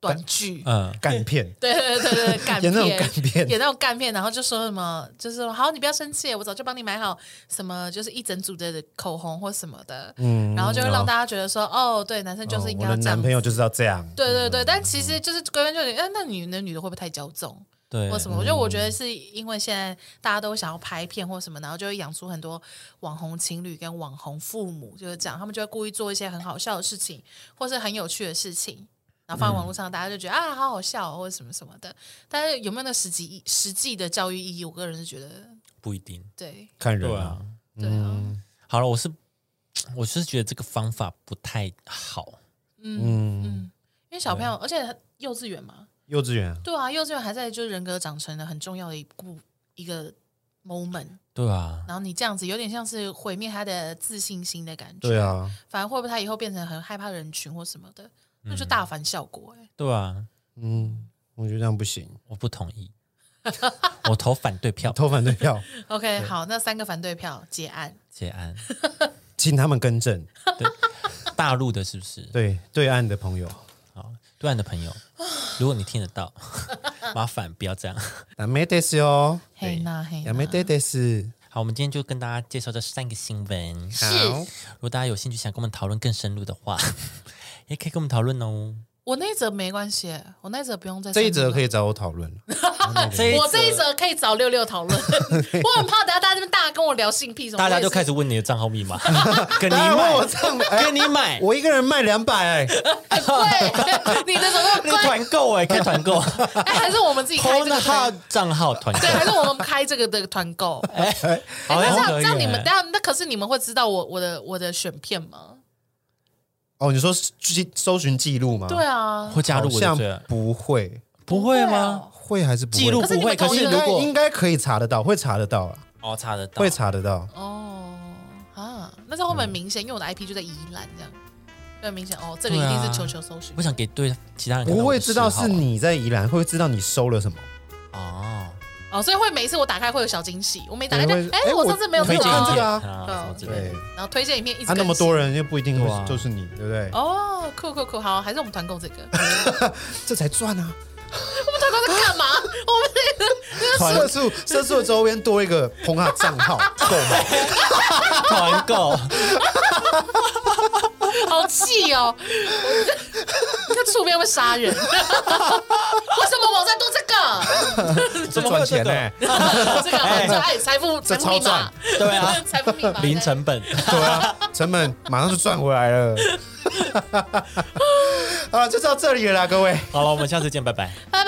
Speaker 2: 短剧，
Speaker 1: 嗯，
Speaker 2: [LAUGHS]
Speaker 3: 干片，
Speaker 2: 对对对对，
Speaker 3: [LAUGHS]
Speaker 2: 对干
Speaker 3: 呃演
Speaker 2: 片，
Speaker 3: 那种干片，
Speaker 2: 演那种干片，然后就说什么，就是说好，你不要生气，我早就帮你买好什么，就是一整组的口红或什么的，
Speaker 3: 嗯
Speaker 2: 然后就会让大家觉得说，哦，对，男生 [LAUGHS] 就是应该要
Speaker 3: 哦我
Speaker 2: 这样
Speaker 3: 的男
Speaker 2: 子
Speaker 3: 朋友嗯就是要这样。
Speaker 2: 对对对，但其实就是归根究底，哎、那女的女的会不会太骄纵
Speaker 1: 对，
Speaker 2: 或什么？我觉得，我
Speaker 3: 嗯
Speaker 2: 觉得是因为现在大家都想要拍片或什么，然后就会养出很多网红情侣跟网红父母，就是这样，他们就会故意做一些很好笑的事情，或是很有趣的事情。然后放在
Speaker 3: 嗯
Speaker 2: 网络上，大家就觉得、啊，好好笑、哦，或者什么什么的。但是有没有那实际意实际的教育意义？我个人是觉得，
Speaker 1: 不一定。
Speaker 2: 对
Speaker 3: 看人
Speaker 1: 对
Speaker 3: 啊
Speaker 1: 啊，，
Speaker 2: 对啊，
Speaker 1: 好了，我是我是觉得这个方法不太好。
Speaker 3: 嗯，
Speaker 2: 嗯，因为小朋友，而且幼稚园嘛，
Speaker 3: 幼稚园啊，
Speaker 2: 对啊，幼稚园还在就是人格长成的很重要的一部一个 moment。
Speaker 1: 对啊，
Speaker 2: 然后你这样子有点像是毁灭他的自信心的感觉。
Speaker 3: 对，啊，
Speaker 2: 反而会不会他以后变成很害怕人群或什么的，那就大反效果哎、
Speaker 1: 对啊，
Speaker 3: 嗯，我觉得这样不行，
Speaker 1: 我不同意，我投反对票。
Speaker 3: 投反对票， [LAUGHS]
Speaker 2: OK，好，那三个反对票结案。
Speaker 1: 结案，
Speaker 3: 请他们更正。
Speaker 1: 大陆的是不是？
Speaker 3: 对，对岸的朋友，
Speaker 1: 好，对岸的朋友，如果你听得到， [LAUGHS] 麻烦不要这样。
Speaker 3: やめですよ，
Speaker 2: 嘿呐 [LAUGHS] 嘿
Speaker 3: や
Speaker 2: 呐，
Speaker 3: めてです。
Speaker 1: 好，我们今天就跟大家介绍这三个新闻。
Speaker 3: 好，
Speaker 1: 如果大家有兴趣想跟我们讨论更深入的话， [LAUGHS] 也可以跟我们讨论哦。
Speaker 2: 我那一则没关系欸，我那一则不用再
Speaker 3: 这一则可
Speaker 2: 以。
Speaker 3: 以找我讨
Speaker 1: [LAUGHS]
Speaker 3: 论了。
Speaker 1: 这
Speaker 2: 哎我这一则可以找六六讨论， [LAUGHS] 我很怕等下大家这边大家跟我聊性癖什么，
Speaker 1: 大家就开
Speaker 2: 始
Speaker 1: 始问你的账号密码，跟你
Speaker 3: 大家问
Speaker 1: 买
Speaker 3: 我，账，哎
Speaker 1: 跟你买，
Speaker 3: [LAUGHS] 我一个人卖两百，哎，
Speaker 2: 对， [LAUGHS] 你的怎么
Speaker 1: 你
Speaker 2: 关？
Speaker 1: 团购哎，开团购
Speaker 2: 哎，还是我们自己开这个团，
Speaker 1: ，Pornhub 账号团
Speaker 2: 对，还
Speaker 1: 购，
Speaker 2: 是我们开这个的团购？哎
Speaker 1: 好
Speaker 2: 那这
Speaker 1: 像
Speaker 2: 样
Speaker 1: 可
Speaker 2: 这
Speaker 1: 以
Speaker 2: 样你们，
Speaker 1: 哎
Speaker 2: 那那可是你们会知道我我的我的选片吗？
Speaker 3: 哦，你说记搜寻记录吗？
Speaker 2: 对，啊，
Speaker 1: 会加入
Speaker 3: 好
Speaker 1: 我的
Speaker 3: 像
Speaker 1: 罪案，
Speaker 3: 不会，
Speaker 1: 不会
Speaker 2: 会
Speaker 1: 吗
Speaker 2: 哦？
Speaker 3: 会啊还是不会
Speaker 1: 记录
Speaker 2: 可是
Speaker 1: 不
Speaker 2: 你
Speaker 1: 会，
Speaker 2: 们
Speaker 1: 可
Speaker 2: 同
Speaker 1: 是
Speaker 2: 意
Speaker 3: 应
Speaker 1: 如
Speaker 3: 该
Speaker 1: 果
Speaker 3: 应该可以查得到，会查得到啦，
Speaker 1: 哦查得到，
Speaker 3: 会查得到。
Speaker 2: 哦
Speaker 3: 嗯
Speaker 2: 啊，那这会不会很明显？因为我的 IP 就在宜兰，这样就很明显哦。这个一定
Speaker 1: 对
Speaker 2: 是
Speaker 1: 啊
Speaker 2: 球球搜寻
Speaker 1: 我，想给对其他人看到
Speaker 3: 不
Speaker 1: 我
Speaker 3: 会
Speaker 1: 的
Speaker 3: 知道
Speaker 1: 嗜好啊
Speaker 3: 是你在宜兰，会知道你收了什么。
Speaker 1: 哦，
Speaker 2: 哦，所以会每一次我打开会有小惊喜，我每打开就
Speaker 3: 对会
Speaker 2: 哎，
Speaker 3: 哎
Speaker 2: 我
Speaker 3: 我
Speaker 2: 上次没有
Speaker 3: 推
Speaker 1: 推
Speaker 2: 这
Speaker 1: 荐
Speaker 2: 个
Speaker 3: 看
Speaker 2: 啊
Speaker 3: 这个啊
Speaker 1: 啊什么之类
Speaker 3: 对
Speaker 1: 的，，
Speaker 2: 然后推荐影片一直
Speaker 3: 啊，那么
Speaker 2: 更新
Speaker 3: 多人又不一定
Speaker 1: 对啊
Speaker 3: 会就是你，对不对？
Speaker 2: 哦，酷酷酷，好，还是我们团购这个， [LAUGHS] 我
Speaker 3: 这才赚啊！
Speaker 2: 们团购这个干嘛？我们这个
Speaker 3: 社畜社畜的周边多一个红卡账
Speaker 1: [LAUGHS]
Speaker 3: 号购买，
Speaker 1: 团 [LAUGHS] 购，
Speaker 2: 好气哦！那触边会杀人，为 [LAUGHS] 什么网站都这
Speaker 3: [LAUGHS]
Speaker 2: 个？
Speaker 3: 这赚钱呢？
Speaker 2: 这个我最爱财富财富密
Speaker 3: [LAUGHS]
Speaker 2: 码
Speaker 3: 哎这超赚，
Speaker 1: 对啊
Speaker 2: 财富密码
Speaker 1: 零成本，
Speaker 3: 对啊，成本马上就赚回来 [LAUGHS] 了。好了，就到这里了啦，各位。
Speaker 1: [LAUGHS] 好了，我们下次见，拜拜。
Speaker 2: 拜。